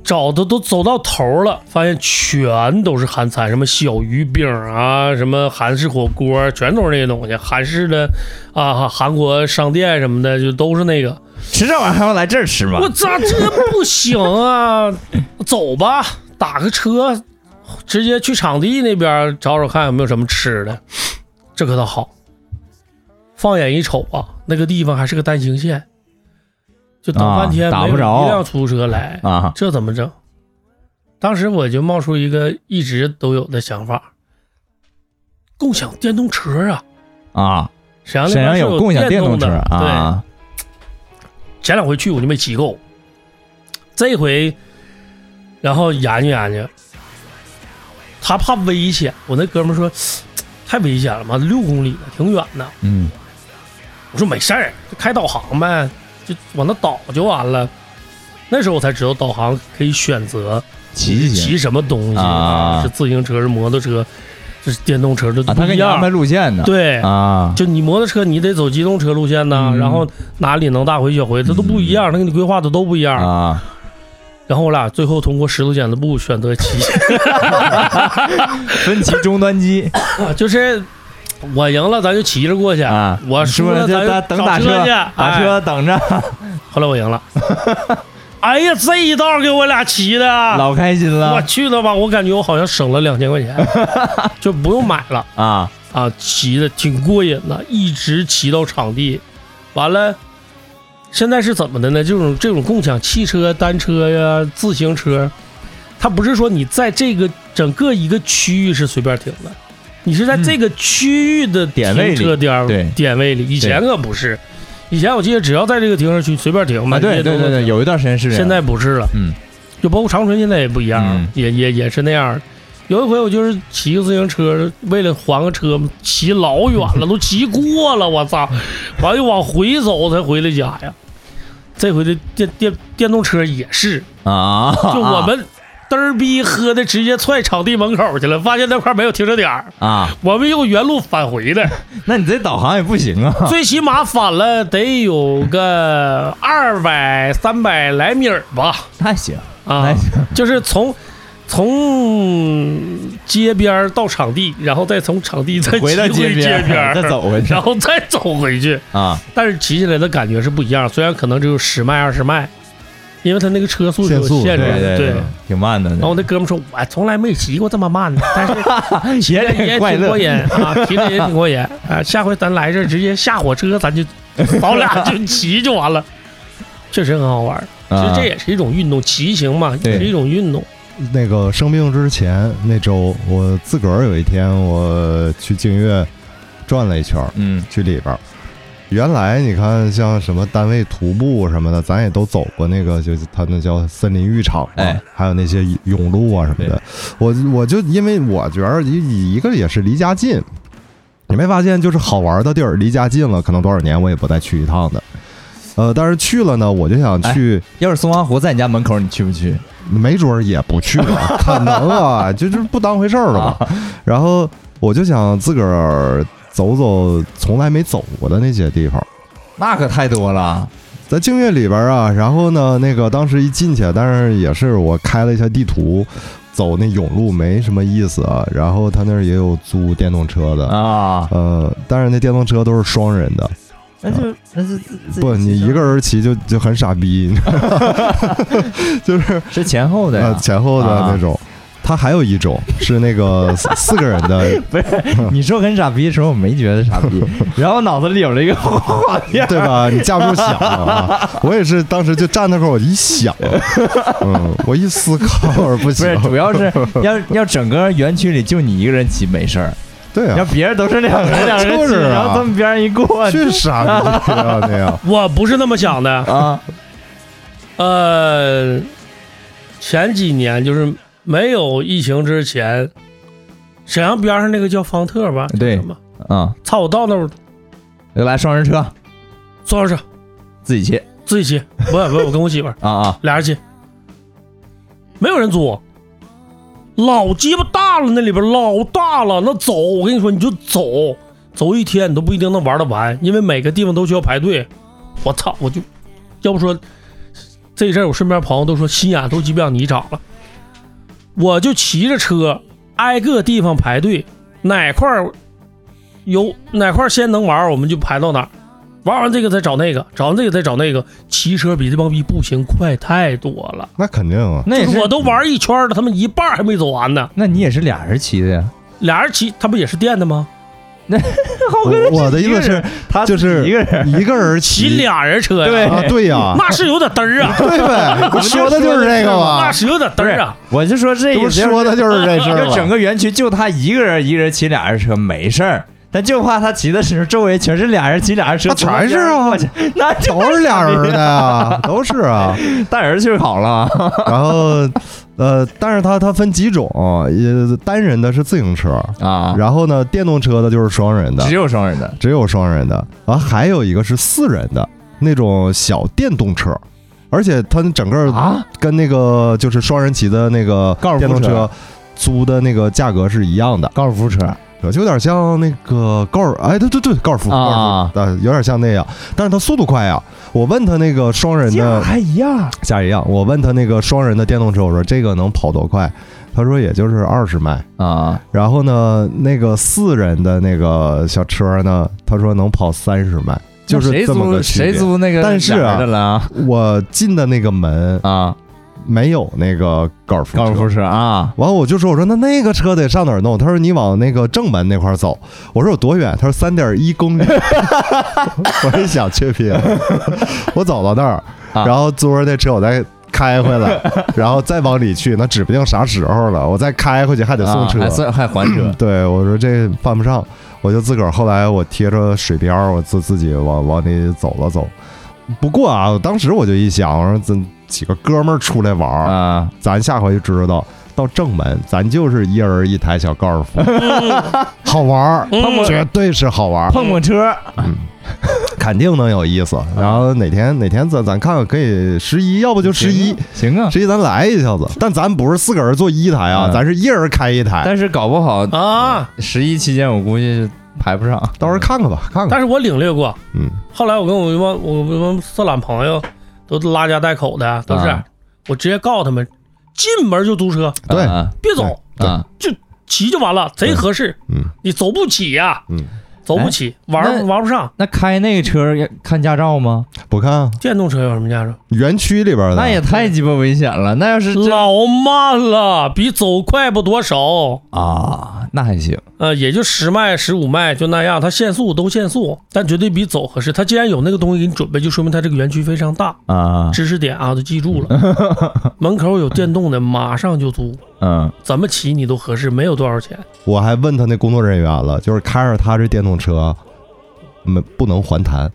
找的都走到头了，发现全都是韩餐，什么小鱼饼啊，什么韩式火锅，全都是那些东西。韩式的啊，韩国商店什么的，就都是那个。
吃这玩意儿还要来这儿吃吗
我咋这不行啊？走吧，打个车，直接去场地那边找找看有没有什么吃的。这可倒好，放眼一瞅啊，那个地方还是个单行线，就等半天、
啊打
没有
不着
一辆出租车来，
啊
这怎么整？当时我就冒出一个一直都有的想法，共享电动车啊，
啊，
沈阳那
沈
边
阳
是
有
有
共享电
电
动
的
车啊，
对，前两回去我就没骑够，这回然后研究研究，他怕危险，我那哥们儿说太危险了嘛，六公里呢，挺远的。
嗯
我说没事儿，就开导航呗，就往那导就完了。那时候我才知道导航可以选择
骑行
骑什么东西，
啊
是自行车、是摩托车，这是电动车，这都
啊，他
不
给
一
你安
样。
排路线呢，
对，
啊，
就你摩托车你得走机动车路线呐，
嗯
然后哪里能大回小回，这都不一样，他给你规划的都不一样。
啊，
然后我俩最后通过石头剪子布选择骑，
分歧终端机
啊就是我赢了咱就骑着过去，
啊，
哎我输
说
了咱
这咱
就
等
找
打
车去，
打
哎
车等着，
后来我赢了， 哎呀，这一道给我俩骑的，
老开心
我
了
去了吧，我感觉我好像省了两千块钱， 就不用买了
啊，
啊，骑的挺过瘾的，一直骑到场地，完了。现在是怎么的呢？这种这种共享汽车、单车呀、自行车，它不是说你在这个整个一个区域是随便停的，你是在
嗯
这个区域的
点位里
停车点儿
对
点位里。以前可不是，以前我记得只要在这个停车区随便停嘛，
啊，
你
对
也都
对
能
对
停
对，有一段时间是这样
现在不是了，
嗯，
就包括长春现在也不一样，
嗯
也也也是那样。有一回我就是骑个自行车，为了还个车，骑老远了，都骑过了，我操！完又往回走才回的家呀。这回的电电电动车也是，
啊，
就我们嘚儿逼喝的，直接踹场地门口去了，发现那块没有停车点儿，
啊，
我们又原路返回的，
那你这导航也不行啊，
最起码返了得有个二百三百来米儿吧。
那行，
啊
那，行，
就是从从街边儿到场地，然后再从场地再
回到
骑
街
街
边哎
边 儿，
再走回去
然后再走回去。
啊，
但是骑起来的感觉是不一样，虽然可能只有十迈二十迈，因为它那个车速是有
限速
限制
对
的。
对，挺慢的，
然后我那哥们说：“我从来没骑过这 么慢的，但是
啊也
也
挺
也
快
挺
乐
过瘾啊，骑的也挺过瘾啊。下回咱来这儿直接下火车，咱就咱俩就骑就完了，确实很好玩儿。其实
啊
这也是一种运动，骑行嘛，
对
也是一种运动。。
那个生病之前那周，我自个儿有一天我去静月转了一圈儿，
嗯
去里边儿。原来你看，像什么单位徒步什么的，咱也都走过那个，就是他那叫森林浴场嘛，
哎
还有那些甬路啊什么的。我我就因为我觉得一一个也是离家近，你没发现就是好玩的地儿离家近了，可能多少年我也不再去一趟的。呃，但是去了呢，我就想去，
要是松花湖在你家门口，你去不去？
没准儿也不去了，可能啊，就是不当回事儿了吧。然后我就想自个儿走走从来没走过的那些地方。
那可太多了
在静月里边儿啊，然后呢，那个当时一进去，但是也是我开了一下地图，走那甬路没什么意思啊。然后他那儿也有租电动车的，
啊！
呃，但是那电动车都是双人的，
那就那是
不，你一个人骑就就很傻逼，你知道吗 就是
是前后的
呃
呀，
前后的
啊
那种。它还有一种是那个四四个人 的，
不是你说很傻逼的时候，我没觉得傻逼，然后脑子里有 了一个画面，
对吧？你架不住想 啊！我也是当时就站那块儿，我一想，嗯，我一思考，我说不
不
行
是，，主要是要要整个园区里就你一个人骑没 事儿，
对啊，
要别人都是两个人两个 人
就
骑，
是啊
然后他们边上一 过
去傻逼啊那样
我不是那么想的，
啊
呃，前几年就是没有疫情之前，沈阳边上那个叫方特吧？
对
叫什么
啊，
操！我到那儿
来双人车
坐上车，
自己骑
自己骑，不不，我跟我媳妇儿
啊啊
俩人骑，没有人租，老鸡巴大了，那里边老大了，那走，我跟你说，你就走，走一天你都不一定能玩得完，因为每个地方都需要排队。我操，我就要不说这阵儿，我身边朋友都说心眼都鸡巴让你长了，我就骑着车挨个地方排队，哪块儿有哪块儿先能玩儿，我们就排到哪儿。玩完这个再找那个，找完这个再找那个，骑车比这帮逼步行快太多了。
那肯定啊，
那也是
我都玩一圈了，他们一半儿还没走完呢。
那你也是俩人骑的呀？
俩人骑，他不也是电的吗？
浩哥，
我我的意思是，
他
就
自
是
己一个人，
一个人
骑
骑
俩人车呀，
对
啊，对呀，
那是有点嘚儿啊，
对呗，我说的就是这个嘛
那，是有点嘚儿啊。
我就说这
这
意
不
思，
说的就是这事儿
就
吗？
整个园区就他一个人，一个人骑俩人车没事儿，但就怕他骑的时候周围全是俩人骑俩人车，
那全是啊
我去，那就
都是俩人的呀，都是 啊。
带人去好了，
然后，呃，但是它它分几种，也单人的是自行车，
啊，
然后呢，电动车的就是双人的
只，有双人的
只有双人的，然后还有一个是四人的那种小电动车，而且它整个
啊，
跟那个就是双人骑的那个
高尔夫
电动
车
车租的那个价格是一样的，
高尔夫车
就有点像那个高尔，哎，对对对，高尔夫，高尔夫
啊，
呃，有点像那样，但是它速度快呀。我问他那个双人的
还一样，
价一样，我问他那个双人的电动车，我说这个能跑多快？他说也就是二十迈。
啊
然后呢，那个四人的那个小车呢，他说能跑三十迈，就
谁
是这么
租
个区别
谁。租那个
但是啊
俩人的了啊
我进的那个门
啊，
没有那个高尔夫
高尔
车
夫车啊，
完，我就说，我说那那个车得上哪儿弄？他说你往那个正门那块儿走。我说有多远？他说三点一 公里。我一想，缺皮， 我走到那儿，
啊
然后租着那车我再开回 来，然后再往里去，那指不定啥时候了。我再开回去还得送
啊
车。
还算还还车
对，我说这犯不上，我就自个儿后来我贴着水边儿，我自自己往往里走了走。不过啊，当时我就一想，我说咱几个哥们儿出来玩儿，
啊，
咱下回就知道到正门，咱就是一人一台小高尔 夫， 好玩儿，
嗯
绝对是好玩儿，
碰碰车
肯定能有意思。然后哪天哪天咱咱看看，可以十一，要不就十一，
行啊，
十一咱来一下子。但咱不是四个人坐一台啊，
嗯
咱是一人开一台，
但是搞不好
啊！
十一期间我估计排不上，
到时候看看吧，看看。
但是我领略过，
嗯，
后来我跟我一帮我我一帮色懒朋友都拉家带口的，都是、
啊
我直接告诉他们，进门就租车，
对
啊
别走，
对
啊，
骑就完了，贼合适。
嗯，
你走不起呀、
嗯，
走不起，
那
玩玩不上。
那开那个车要看驾照吗？
我看啊
电动车有什么价值？
园区里边的，
那也太鸡巴危险了。那要是真
老慢了，比走快不多少，
啊，那还行
呃，也就十迈、十五迈就那样，它限速都限速，但绝对比走合适。它既然有那个东西给你准备，就说明它这个园区非常大。
啊，
知识点啊，都记住了。 门口有电动的，马上就租，
嗯
怎么骑你都合适，没有多少钱。
我还问他那工作人员了，就是开着他这电动车，没不能还弹。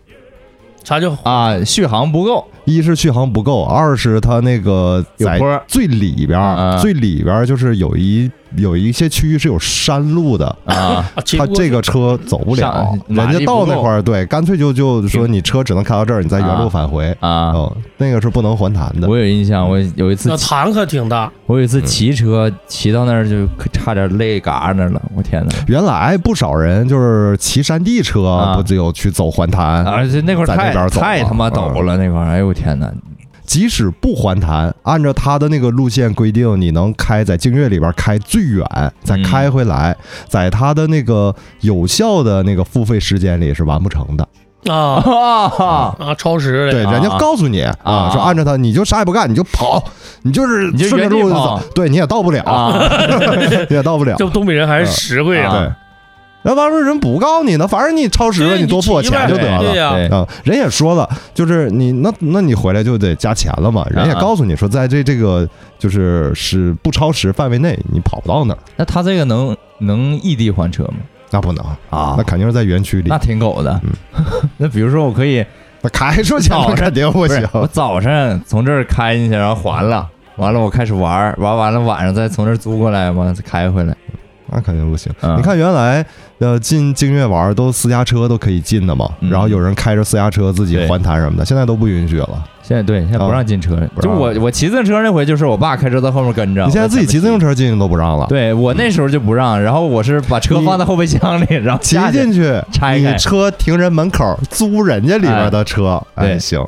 啥叫
啊，续航不够
一是续航不够，二是它那个
有
在
坡儿
最里边儿，
啊
最里边儿就是有一有一些区域是有山路的，
啊
啊？骑
它
不过
这个车走不了
上，马
人
力
家到那
不够
块儿，对，干脆就就说你车只能开到这儿，你再原路返回。
啊！
哦，那个是不能还弹的。嗯
我有印象，我有一次
那弹可挺大，
我有一次骑车骑到那儿就可差点累嘎那儿了，我天哪！
原来不少人就是骑山地车
啊，
不就有去走还弹？
而且那块儿
嗯在那
太
边走啊
太他妈陡了，那块儿，哎呦我天哪！
即使不还弹，按照它的那个路线规定，你能开在净月里边开最远，
嗯
再开回来，在它的那个有效的那个付费时间里是完不成的。
啊
啊，
啊，超时
对，
了。
啊
人家告诉你
啊
啊，说按照他，你就啥也不干，你就跑，你就是
你就
顺着路
原地
就
跑
走，对，你也到不了，
啊
你也到不了。
这东北人还是实惠
啊
啊！
对，那完事儿人不告你呢，反正你超时了，
对
你多付我
你骑呗
钱就得
对
了。
呀
对
啊，人也说了，就是你那那你回来就得加钱了嘛。人也
啊
告诉你说，在这这个就是是不超时范围内，你跑不到那儿，
那他这个能能异地还车吗？
那不能
啊
那肯定是在园区里
那。挺狗的
嗯。
那比如说我可以
那开出去了
早上
肯定 不
不是
行。
我早上从这儿开进去，然后还了，完了我开始玩儿，玩完了晚上再从这儿租过来，完了再开回来。
那肯定不行。
嗯
你看原来呃进净月玩儿都私家车都可以进的嘛，
嗯
然后有人开着私家车自己还弹什么的，现在都不允许了。
现在对，现在不
啊
让进车了。
不
就
让
我我骑自行车那回，就是我爸开车在后面跟着。
你现在自己骑自行
车？
车进去都不让了，
对我那时候就不让，然后我是把车
你
放在后备箱里，然后
骑
下去。
进去，
拆开
你车停人门口租人家里边的车，
哎
哎
对
行，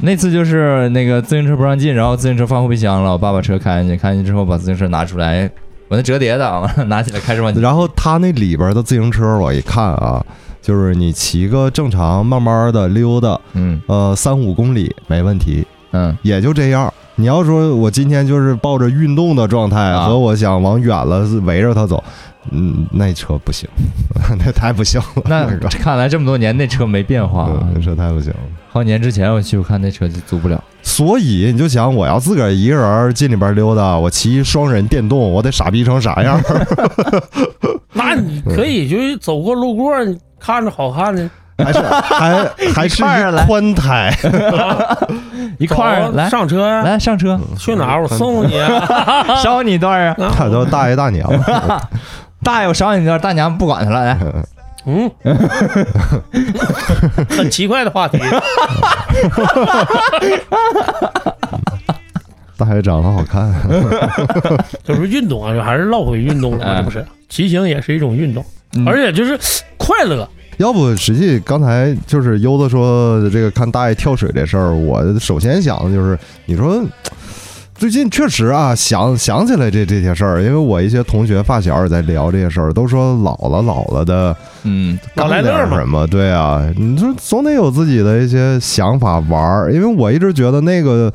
那次就是那个自行车不让进，然后自行车放后备箱了，我爸把车开进去，开进去之后把自行车拿出来，我那折叠的啊， 拿起来开始往前
然后他那里边的自行车，我一看啊，就是你骑个正常慢慢的溜达，
嗯
呃，三五公里没问题，
嗯
也就这样。你要说我今天就是抱着运动的状态，
啊
和我想往远了围着他走，嗯，那车不行， 那太不行了。
那
个，
看来这么多年那车没变化啊
嗯，那车太不行了。
好几年之前我去看那车就租不了，
所以你就想，我要自个儿一个人儿进里边溜达，我骑双人电动，我得傻逼成啥样？
那你可以就是走过路过，你看着好看的，
还是还还是
一块儿
一
来
宽胎？
一块儿
走啊
来
上车呀，
来上车，
去哪儿我送你啊，
捎你一段儿啊，
他都大爷大娘了。
大爷我捎你一段儿，大娘不管他了，来
嗯，很奇怪的话题，
大爷长得好看，
就是运动啊，还是唠回运动了嘛，
哎
这不是？骑行也是一种运动，
嗯
而且就是快乐，
要不实际刚才就是悠子说这个看大爷跳水这事儿，我首先想的就是你说。最近确实啊，想想起来这这些事儿，因为我一些同学发小也在聊这些事儿，都说老了老了的
嗯
老来
干
乐
点
儿嘛
什么，对啊，你说总得有自己的一些想法玩儿，因为我一直觉得那个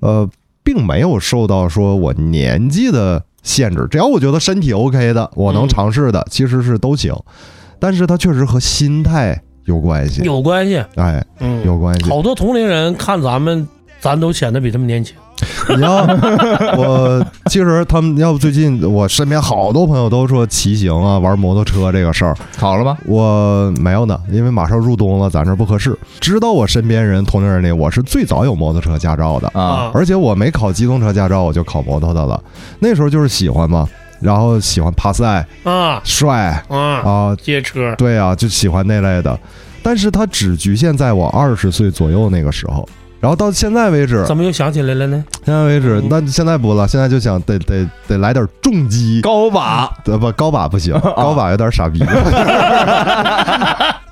呃，并没有受到说我年纪的限制，只要我觉得身体 OK 的，我能
嗯
尝试的，其实是都行，但是它确实和心态有关系，
有关系，
哎，
嗯，
有关系。
好多同龄人看咱们，咱都显得比他们年轻。
你要 我其实他们要不最近我身边好多朋友都说骑行啊、玩摩托车这个事儿，
好了吧？
我没有呢，因为马上入冬了，咱这儿不合适。知道我身边人同龄人里，我是最早有摩托车驾照的，
啊，
而且我没考机动车驾照，我就考摩托的了。那时候就是喜欢嘛，然后喜欢趴赛、
啊
帅
啊，
啊，
接车，
对啊，就喜欢那类的。但是它只局限在我二十岁左右那个时候。然后到现在为止，
怎么又想起来了呢？
现在为止
嗯，
那现在不了，现在就想得得得来点重击，
高把
呃不高把 不行，
啊
高把有点傻逼。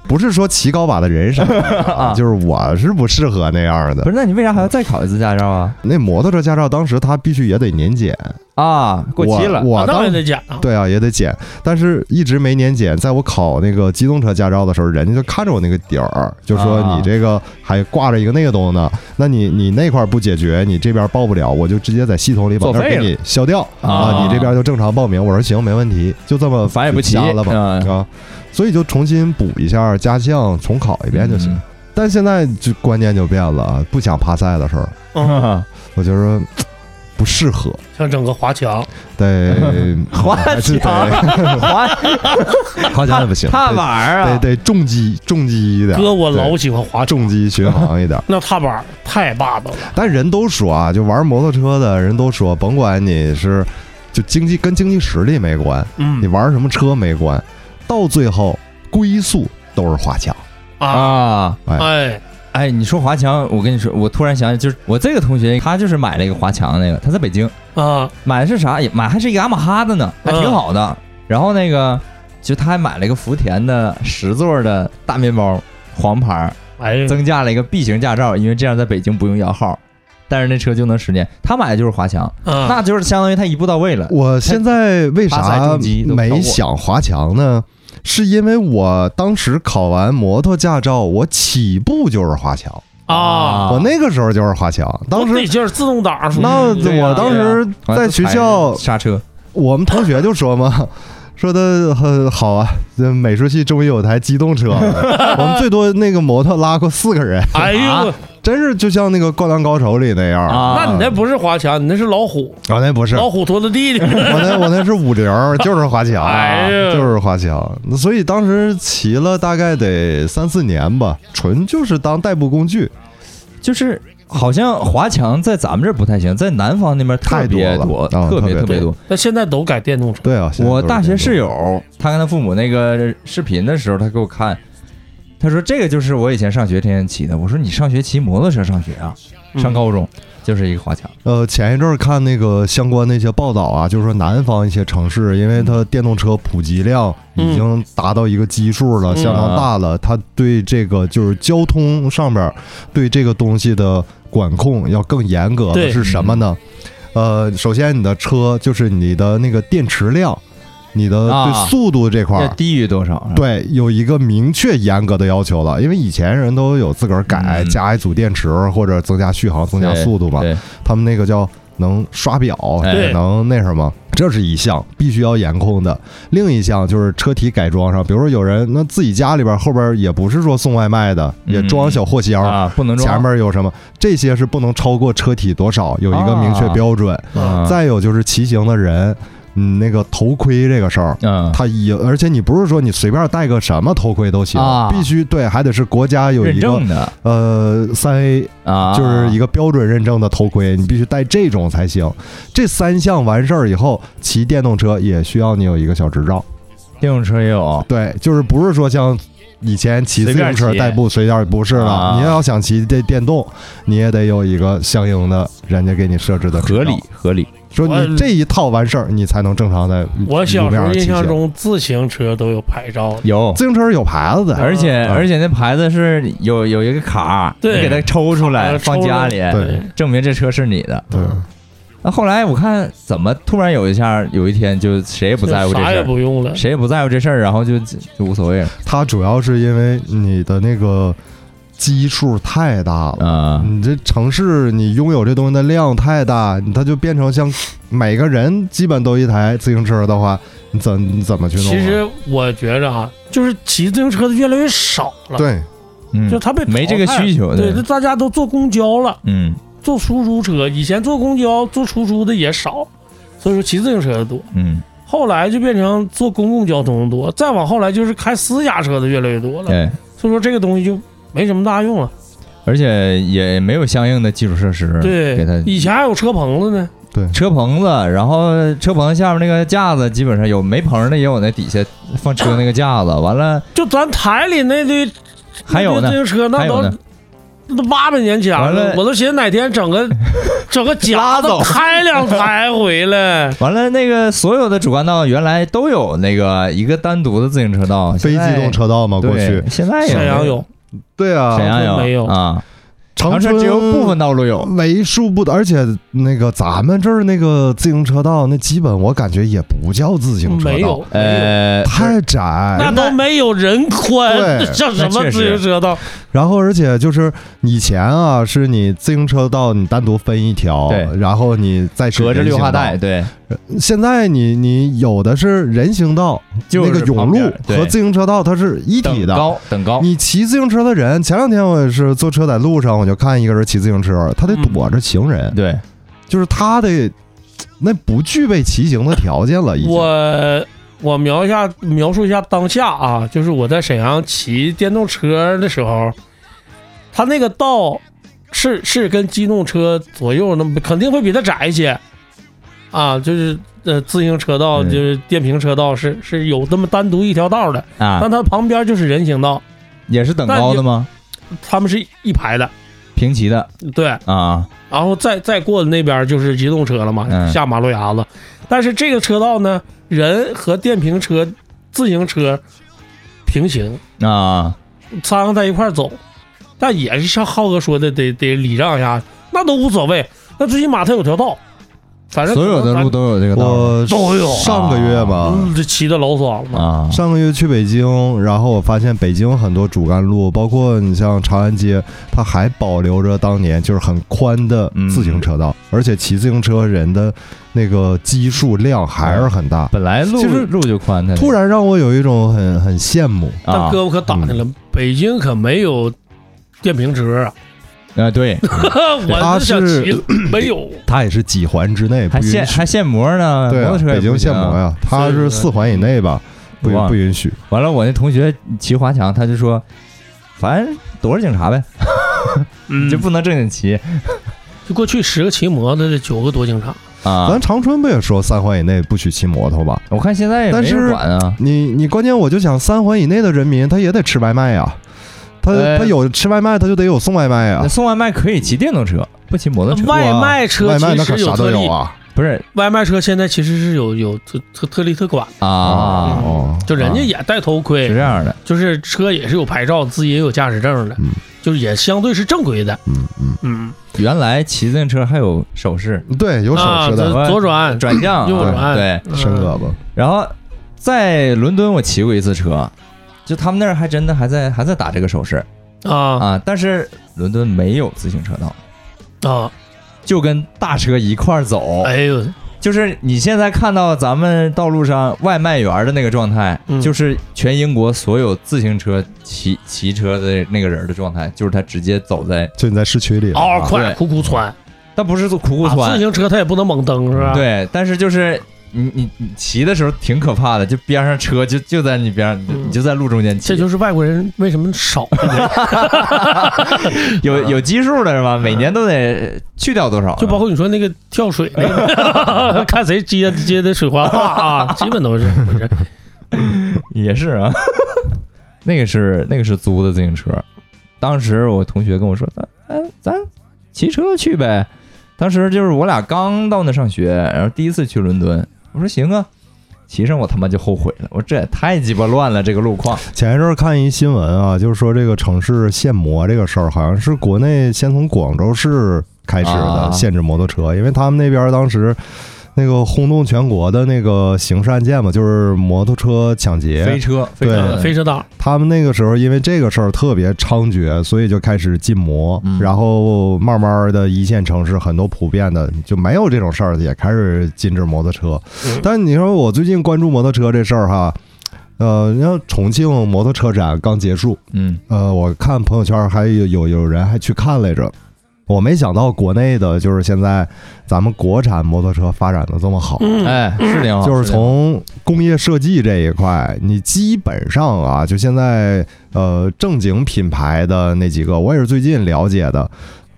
不是说骑高把的人傻逼啊，就是我是不适合那样
不
的。
是？那你为啥还要再考一次驾照啊？
那摩托车驾照当时他必须也得年检，
啊，过期了，
我我
当
当
然得讲啊，
对啊也得检，但是一直没年检。在我考那个机动车驾照的时候，人家就看着我那个底儿，就说
啊
你这个还挂着一个那个东西呢，那你你那块儿不解决，你这边报不了，我就直接在系统里把
作
那儿
废
给
了
你消掉
啊
啊，你这边就正常报名。我说行，没问题，就这么
反正也不骑
瞎了吧。
嗯
啊，所以就重新补一下加项，重考一遍就
嗯
行。但现在就观念就变了，啊，不想趴赛的事儿，
嗯，
我觉得不适合，
想整个华强，
得
滑
还是得
墙，滑
滑翔也不行，
踏板
得
儿
得
啊，
得重击重击一点，
哥我老喜欢华强，
重击巡航一点。
那踏板太霸道了，
但人都说啊，就玩摩托车的人都说，甭管你是就经济跟经济实力没关，你
嗯
玩什么车没关，到最后归宿都是滑翔。
啊，
啊。
哎，
哎，你说华强，我跟你说，我突然想起，就是我这个同学，他就是买了一个华强那个，他在北京
啊，
买的是啥？也买还是一个雅马哈的呢，还挺
嗯
好的。然后那个，就他还买了一个福田的十座的大面包，黄牌儿，
哎，
增加了一个 B 型驾照，因为这样在北京不用摇号，但是那车就能实践。他买的就是华强，
啊，
那就是相当于他一步到位了。
我现在为
发财
啥
重击都
没想华强呢？是因为我当时考完摩托驾照，我起步就是华强，
啊，
我那个时候就是华强。当
那
时，
劲儿自动挡，属于
那
嗯对呀
我当时
完
在
了都
学
踩着
校，
刹车，
我们同学就说嘛， 说的很好啊，这美术系终于有台机动车了。 我们最多那个摩托拉过四个人，
哎呦
啊，
真是就像那个《灌篮高手》里那样
啊哦
那你那不是华强，你那是老虎，
我那不是，
老虎拖的 地的，
我那我那是五零，就是华强。
哎呀，
就是华强，所以当时骑了大概得三四年吧，纯就是当代步工具。
就是好像华强在咱们这儿不太行，在南方那边特别
太多
多，
了啊
特别
特别
特别多。
那现在都改电动车，
对啊，现在
我
都是
大学
这种
室友，他跟他父母那个视频的时候，他给我看，他说这个就是我以前上学天天骑的。我说你上学骑摩托车上学啊？
嗯
上高中就是一个华强，
呃，前一阵儿看那个相关的一些报道啊，就是说南方一些城市，因为它电动车普及量已经达到一个基数了，
嗯
相当大了，它对这个就是交通上边儿对这个东西的管控要更严格的
对
是什么呢？呃，首先你的车就是你的那个电池量，你的
啊
对速度这块儿
要低于多少？，啊
对，有一个明确严格的要求了，因为以前人都有自个儿改，
嗯
加一组电池或者增加续航、增加速度嘛。
对，
他们那个叫能刷表，
哎
也能那什么。这是一项必须要严控的。另一项就是车体改装上，比如说有人那自己家里边后边也不是说送外卖的，也装小货箱，
嗯啊，不能装
前面有什么，这些是不能超过车体多少，有一个明确标准。
啊
再有就是骑行的人，嗯，那个头盔这个事儿。
嗯
它也，而且你不是说你随便戴个什么头盔都行，
啊
必须对，还得是国家有
认
一个
证的
呃三 A
啊，
就是一
个
个标准认证的头盔，你必须戴这种才行。这三项完事儿以后，骑电动车也需要你有一个小执照。
电动车也有
对，就是不是说像以前骑自行
随便
车
骑
代步随便不是了
啊，
你要想骑这电动，你也得有一个相应的人家给你设置的执照
合理。合理，
说你这一套完事儿，你才能正常的。
我小时候印象
路面上骑行，
中自行车都有牌照的，
有
自行车有牌子
哎
的，
而且
啊
而且那牌子是有有一个卡，
嗯对
你给它抽出来
呃
放
抽
家
了
里，
对
证明这车是你的。
对，
那后来我看怎么突然有一下，有一天就谁也不在乎这
啥
事
也
儿，
不用了。
谁也不在乎这事儿，然后就就就无所谓了
它主要是因为你的那个基数太大了。
啊。
你这城市你拥有这东西的量太大，你它就变成像每个人基本都一台自行车的话，你怎你怎么去弄啊？
其实我觉着啊，就是骑自行车的越来越少了，
对，
嗯
就，他被
没这个
淘汰了
需求
对，
对
就大家都坐公交了，
嗯，
坐出租车，以前坐公交、坐出租的也少，所以说骑自行车的多。
嗯，
后来就变成坐公共交通的多，再往后来就是开私家车的越来越多了，
对，
所以说这个东西就没什么大用了。
而且也没有相应的基础设施，
对
给它，
以前还有车棚子呢，
车棚子，然后车棚下面那个架子，基本上有没棚的，也有那底下放车那个架子。完了，
就咱台里那堆
还有
那
呢
堆，自行车，
还
那
有
都
呢
那都八百年前
完了
了，我都寻思哪天整 个整个
拉
夹子
走哎
开两台回来。
完了那个所有的主干道原来都有那个一个单独的自行车道，
非
现在
机动车道嘛，过
对
去，
现在也
沈阳有，
对啊，
沈阳
长春没有
啊，
长
长春
春
只有部分道路有，
为数不多，而且那个咱们这儿那个自行车道，那基本我感觉也不叫自行车
没
道
有，，
呃，
太
那
窄。
都没有人宽，
对
像什
那确
么自
实
行车道？
然后而且就是以前啊，是你自行车道你单独分一条
对，
然后你再是
隔着
人
绿
行
化
道
带，。对，
现在你你有的是人行道，
就是
那个
旁
甬
边
路
对
和自行车道它是一体
等
的。
高等高，
你骑自行车的人，前两天我也是坐车在路上，我就看一个人骑自行车，他得
嗯
躲着行人，
对，
就是他得那不具备骑行的条件了，已经。
我我描一下描述一下当下啊，就是我在沈阳骑电动车的时候，它那个道是是跟机动车左右那么肯定会比它窄一些啊，就是呃自行车道
嗯
就是电瓶车道是是有这么单独一条道的，
啊
但，它旁边就是人行道，
也是等
但
高
你
的吗？
他们是一排的，
平齐的
对，
啊，
然后再再过的那边就是机动车了嘛，
嗯
下马路牙子。但是这个车道呢，人和电瓶车、自行车平行，
啊，
三个在一块儿走，但也是像浩哥说的，得得礼让一下，那都无所谓。那最起码它有条道，反正
所有的路都有这个道
我
都有
上个月吧，
嗯，这骑的老爽了。
啊，
上个月去北京，然后我发现北京很多主干路，包括你像长安街，它还保留着当年就是很宽的自
嗯
行车道，而且骑自行车人的那个基数量还是很大。
本来路
其实
路就宽的，
突然让我有一种很很羡慕，
但
啊
胳膊可打你了，北京可没有电瓶车啊！
啊，对，
我
它
就想
是
骑，没 有。
它也是几环之内不
还
允
限
许。
还限摩呢，
对、
摩
啊
托，车也
北京
不行
限摩。呀，它是四环以内吧，不
我忘
允
了
不允许。
完了，我那同学骑华强，他就说，反正躲着警察呗，
嗯，
就不能正经骑
就过去十个骑摩托的九个躲警察。
啊
咱。长春不也说三环以内不许骑摩托吧？
我看现在也
但
没人
是
管啊，
你你关键我就想，三环以内的人民他也得吃外卖呀、他、
呃
他有吃外卖，他就得有送外卖啊呀、
那送外卖可以骑电动车，不骑摩托车。
啊外卖车
啊外卖
其
那
实
可
有
啥
特
都
例
有，啊
不是
外卖车现在其实是有有特特特例特管，
啊，
哦，
就人家也戴头盔，
是这样的，
就是车也是有牌照，自己也有驾驶证的，
嗯
就是也相对是正规的。
嗯嗯，
嗯，
原来骑自行车还有手势，
对，有手
啊，
势的，
左左转，
转向，
右
啊
转
对。
嗯
伸胳膊，
然后在伦敦我骑过一次车，就他们那儿还真的还在还在打这个手势
啊
啊，但是伦敦没有自行车道，
啊！
就跟大车一块儿走，
哎呦，
就是你现在看到咱们道路上外卖员的那个状态，
嗯
就是全英国所有自行车骑骑车的那个人的状态，就是他直接走在，
就你在市区里了
嗷
啊
快
对
苦苦窜，
他不是苦苦
啊
窜
自，行车它也不能猛蹬是吧？，
对，但是就是你你你骑的时候挺可怕的，就边上车就就在你边上，你就
嗯
你就在路中间骑，
这就是外国人为什么少，
有有基数的是吧？每年都得去掉多少啊呢？
就包括你说那个跳水那个， 看谁接接的水花大啊，基本都是不是？
也是啊， 那个是那个是租的自行车，当时我同学跟我说，咱哎咱咱骑车去呗。当时就是我俩刚到那上学，然后第一次去伦敦，我说行啊，骑上我他妈就后悔了，我说这也太鸡巴乱了，这个路况。
前一阵儿看一新闻啊，就是说这个城市限摩这个事儿，好像是国内先从广州市开始
啊
的限制摩托车，因为他们那边当时那个轰动全国的那个刑事案件嘛，就是摩托车抢
飞
劫，啊
车，飞车，
对
飞车党
他们那个时候因为这个事儿特别猖獗，所以就开始禁摩，
嗯
然后慢慢的一线城市很多普遍的就没有这种事儿，也开始禁止摩托车。
嗯
但你说我最近关注摩托车这事儿哈，呃，你像重庆摩托车展刚结束。
嗯，
呃，我看朋友圈还有有有人还去看来着。我没想到国内的就是现在咱们国产摩托车发展的这么好，
哎，是挺好，
就是
挺好
从工业设计这一块，你基本上啊，就现在呃正经品牌的那几个，我也是最近了解的，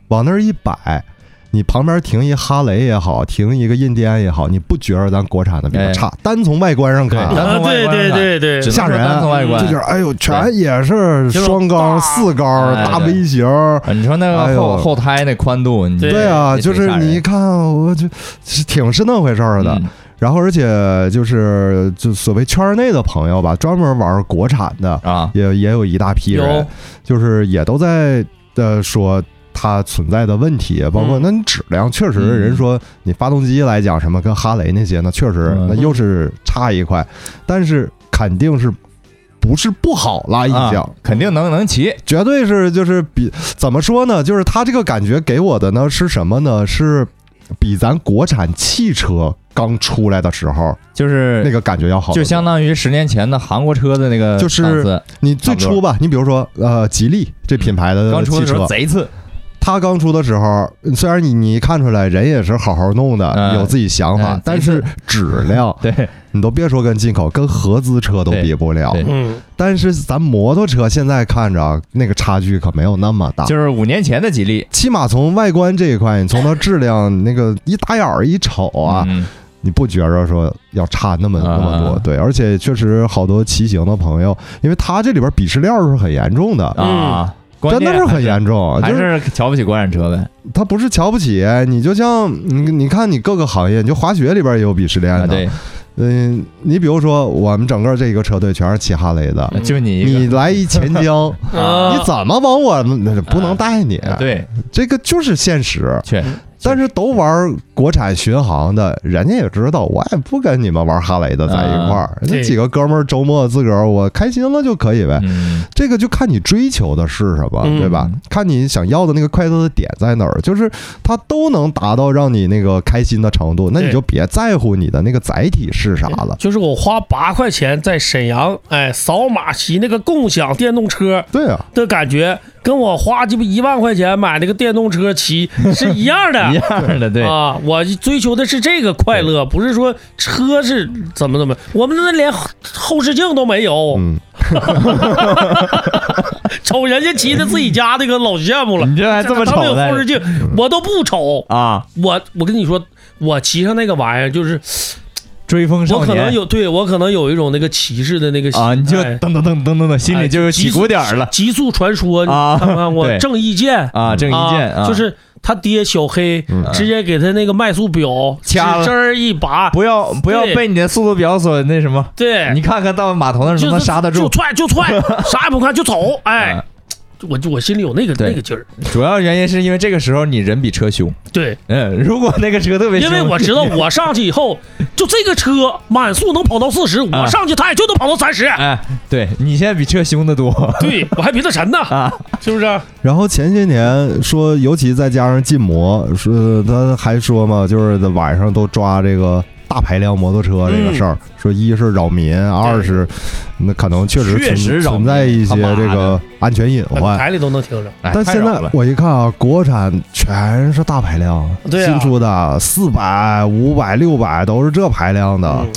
往那儿一摆。你旁边停一哈雷也好，停一个印第安也好，你不觉得咱国产的比它
哎
差？单从外观上看啊，
对
啊，
单从外
对
观
对
上
对对，
只能
吓
说
人
单从外观
这就是哎呦，全也是双缸、四缸、
哎
大
对
V 型儿。
啊你说那
哎
个
呦
后后胎那宽度，你
对
对啊，
也挺
就是
吓人
你一看，我就是挺是那回事儿的。
嗯
然后，而且就是就所谓圈内的朋友吧，专门玩国产的，
啊，
也也有一大批人
有，
就是也都在呃说它存在的问题，包括
嗯
那你质量确实，
嗯
人说你发动机来讲什么跟哈雷那些，那确实
嗯
那又是差一块，但是肯定是不是不好了已经
啊。肯定能能骑，
绝对是就是比怎么说呢？就是它这个感觉给我的呢是什么呢？是比咱国产汽车刚出来的时候
就是
那个感觉要好得多。
就相当于十年前的韩国车的那个
就是
档次
你最初吧，你比如说呃，吉利这品牌的
刚出
呃汽
的时
车
候，贼次，
它刚出的时候，虽然你你一看出来人也是好好弄的，
嗯
有自己想法
嗯，
哎但是质 量
对
你都别说跟进口，跟合资车都比不了
对。对
嗯，
但是咱摩托车现在看着那个差距可没有那么大，
就是五年前的吉利
起码从外观这一块，你从它质量那个一打眼儿一瞅啊，
嗯
你不觉着说要差那么那
啊
么多？对，而且确实好多骑行的朋友，因为它这里边鄙视链是很严重的，
啊，关
真
键
嗯的是很严重，啊
还
就是
是瞧不起国产车呗？
它不是瞧不起你，就像嗯你你看你各个行业，你就滑雪里边也有鄙视链
啊，
的，
对，
嗯，你比如说我们整个这个车队全是骑哈雷的，
嗯
就你
你
一
来一钱 江，
啊
啊
你怎么往我们不能带你？啊
个，，啊对，
这个就是现实。
确
但是都玩国产巡航的，人家也知道，我也不跟你们玩哈雷的在一块儿。那、
对
几个哥们儿周末自个儿我开心了就可以呗。
嗯
这个就看你追求的是什么，
嗯
对吧？看你想要的那个快乐的点在哪儿，就是它都能达到让你那个开心的程度，那你
对
就别在乎你的那个载体是啥了。
就是我花八块钱在沈阳，哎，扫码骑那个共享电动车
对啊，
的感觉，跟我花鸡巴一万块钱买那个电动车骑是一样
一
的。
样的，对，
哎啊，我追求的是这个快乐，不是说车是怎么怎么，我们那连后后视镜都没有，
嗯，
瞅人家骑的自己家那个老羡慕了。
你嗯这还这么嗯
他
丑
们有后
呢？
视镜，我都不瞅。
啊，
我我跟你说，我骑上那个玩意儿，就是
追风
我
少
可能
年
有对我可能有一种那个骑士的那个心哎
啊，你就
态
噔噔噔噔噔噔，心
哎
里就有
急
起
速
鼓点儿了
极速传说，你
啊
看看我
对
郑伊健
啊，郑伊健啊，
就是他爹小黑
嗯
直接给他那个迈速表
掐了
指针儿一拔，
不要不要
对
被你的速度表所那什么，
对
你，看看到码头那儿能
就
不能
是
刹得
就
住？
踹就踹，啥也不看就走，哎
啊，
我就我心里有那个
对
那个劲儿。
主要原因是因为这个时候你人比车凶。
对，
嗯，如果那个车特别
因
凶，
为我知道我上去以后，就这个车满速能跑到四十，
啊
我上去它也就能跑到三 十。
哎，对你现在比车凶的多
对我还比它沉呢，
啊。
是不是？
然后前些年说，尤其再加上禁摩，说他还说嘛，就是晚上都抓这个大排量摩托车这个事儿，
嗯
说一是扰民，二是那可能确实
确
存
实扰
存
民
在一些这
他妈的
个安全隐患。
台里都能听着。
哎
但
太
现
扰
在
了
我一看啊，国产全是大排量，
对啊
新出的四百、五百、六百都是这排量
啊
的。
嗯，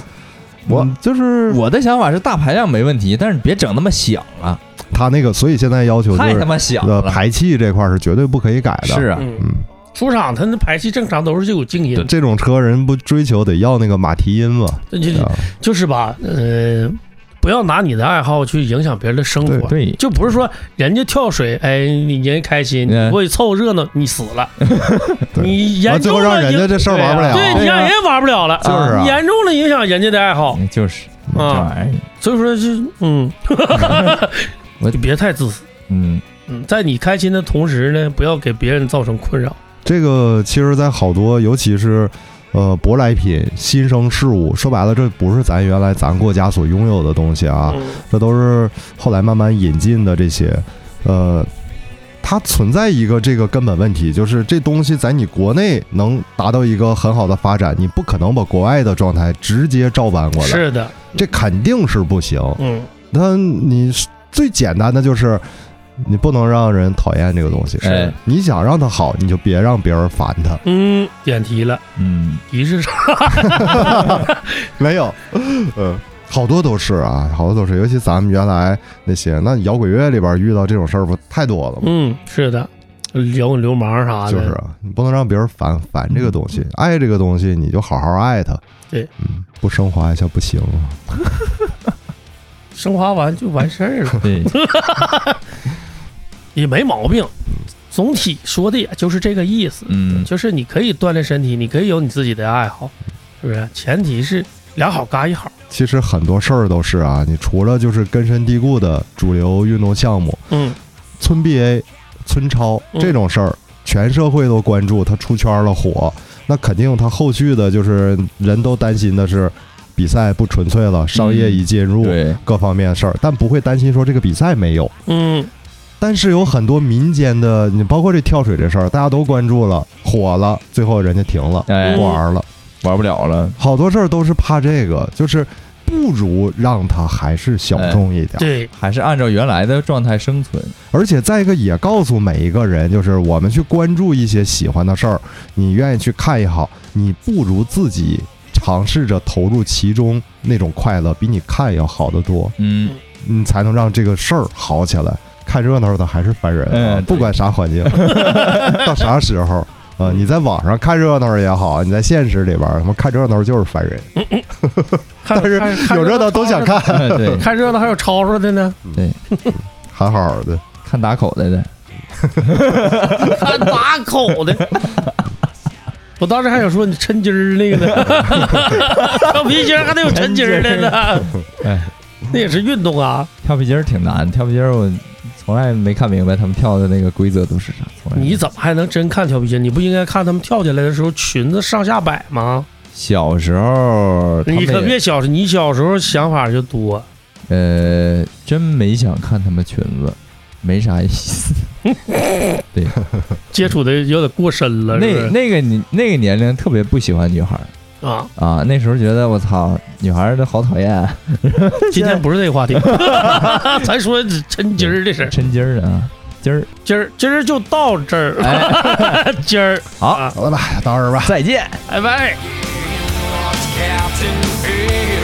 我
嗯就是
我的想法是大排量没问题，但是别整那么响了，
他那个，所以现在要求就
太他
是
妈响
呃
了。
排气这块儿是绝对不可以改的。
是，啊，
嗯，
嗯，
出厂它那排气正常都是就有静音的，
这种车人不追求得要那个马蹄音嘛？
这就
啊
就是吧，呃，不要拿你的爱好去影响别人的生活。
对，
就不是说人家跳水，哎，你人开心，
嗯
你过去凑热闹，你死了，
对
你
然后
严
最后
重了
让人
影
家这事儿玩不了。
对
对
你让
呀
人家玩不了了，
就是啊
严重了影响人家的爱好，
嗯就是这
啊
玩意儿，
所以说是 嗯，
我
就别太自私，
嗯，
嗯，在你开心的同时呢，不要给别人造成困扰，
这个其实，在好多，尤其是呃舶来品、新生事物，说白了，这不是咱原来咱国家所拥有的东西啊。
嗯
这都是后来慢慢引进的这些，呃，它存在一个这个根本问题，就是这东西在你国内能达到一个很好的发展，你不可能把国外的状态直接照搬过来，
是的，
这肯定是不行。
嗯，
那你是最简单的就是。你不能让人讨厌这个东西，
哎
你想让它好，你就别让别人烦它。
嗯，点题了，
嗯，
仪式上，
没有， 嗯，好多都是啊，好多都是，尤其咱们原来那些，那摇滚乐里边遇到这种事儿不太多了吗？
嗯，是的，摇滚流氓啥的，
就是啊，你不能让别人烦烦这个东西，爱这个东西你就好好爱它。
对，
嗯，不升华一下不行啊。
升华完就完事儿了。
对，
也没毛病。总体说的也就是这个意思，
嗯，
就是你可以锻炼身体，你可以有你自己的爱好，是不是？前提是俩好嘎一好。
其实很多事儿都是啊，你除了就是根深蒂固的主流运动项目，
嗯，
村 BA、村超
嗯
这种事儿，全社会都关注，他出圈了火，那肯定他后续的就是人都担心的是比赛不纯粹了，商业已进入、
嗯对，
各方面的事儿，但不会担心说这个比赛没有。
嗯，
但是有很多民间的，你包括这跳水这事儿，大家都关注了，火了，最后人家停了，
哎
嗯
不，玩了。
玩不了了，
好多事儿都是怕这个，就是不如让它还是小众一点。
对，
还是按照原来的状态生存。
而且再一个，也告诉每一个人，就是我们去关注一些喜欢的事儿，你愿意去看也好，你不如自己尝试着投入其中那种快乐，比你看要好得多。
嗯，
你才能让这个事儿好起来。看热闹的还是烦人、啊，
嗯对
不管啥环 境，到啥时候啊、你在网上看热闹也好，你在现实里边儿他妈看热闹就是烦人，
看
但是
看
有热闹都想，看，
嗯
哎 对，
看热闹还有吵吵的呢，
好好的。
看打口袋的，
看打口的。我当时还想说你抻筋儿那个呢， 跳皮筋儿还得有抻筋儿的呢，
哎，
那也是运动啊。
跳皮筋儿挺难，跳皮筋儿我从来没看明白他们跳的那个规则都是啥，从来没
你怎么还能真看跳皮筋？你不应该看他们跳起来的时候裙子上下摆吗？
小时候他们
你可
也
别小，你小时候想法就多，
呃，真没想看他们裙子，没啥意 思。
接触的有点过深了，
那
是
那个你那个年龄特别不喜欢女孩儿
那啊，
啊，那时候觉得我操，女孩儿都好讨厌，啊
今天不是这个话 题，咱说抻筋儿的事儿，
抻筋儿的啊，筋儿。
今儿今儿就到这儿，
哎，
今儿哎
好
啊
好了吧，到这儿吧。
再见。
拜拜。
Captain Ahab.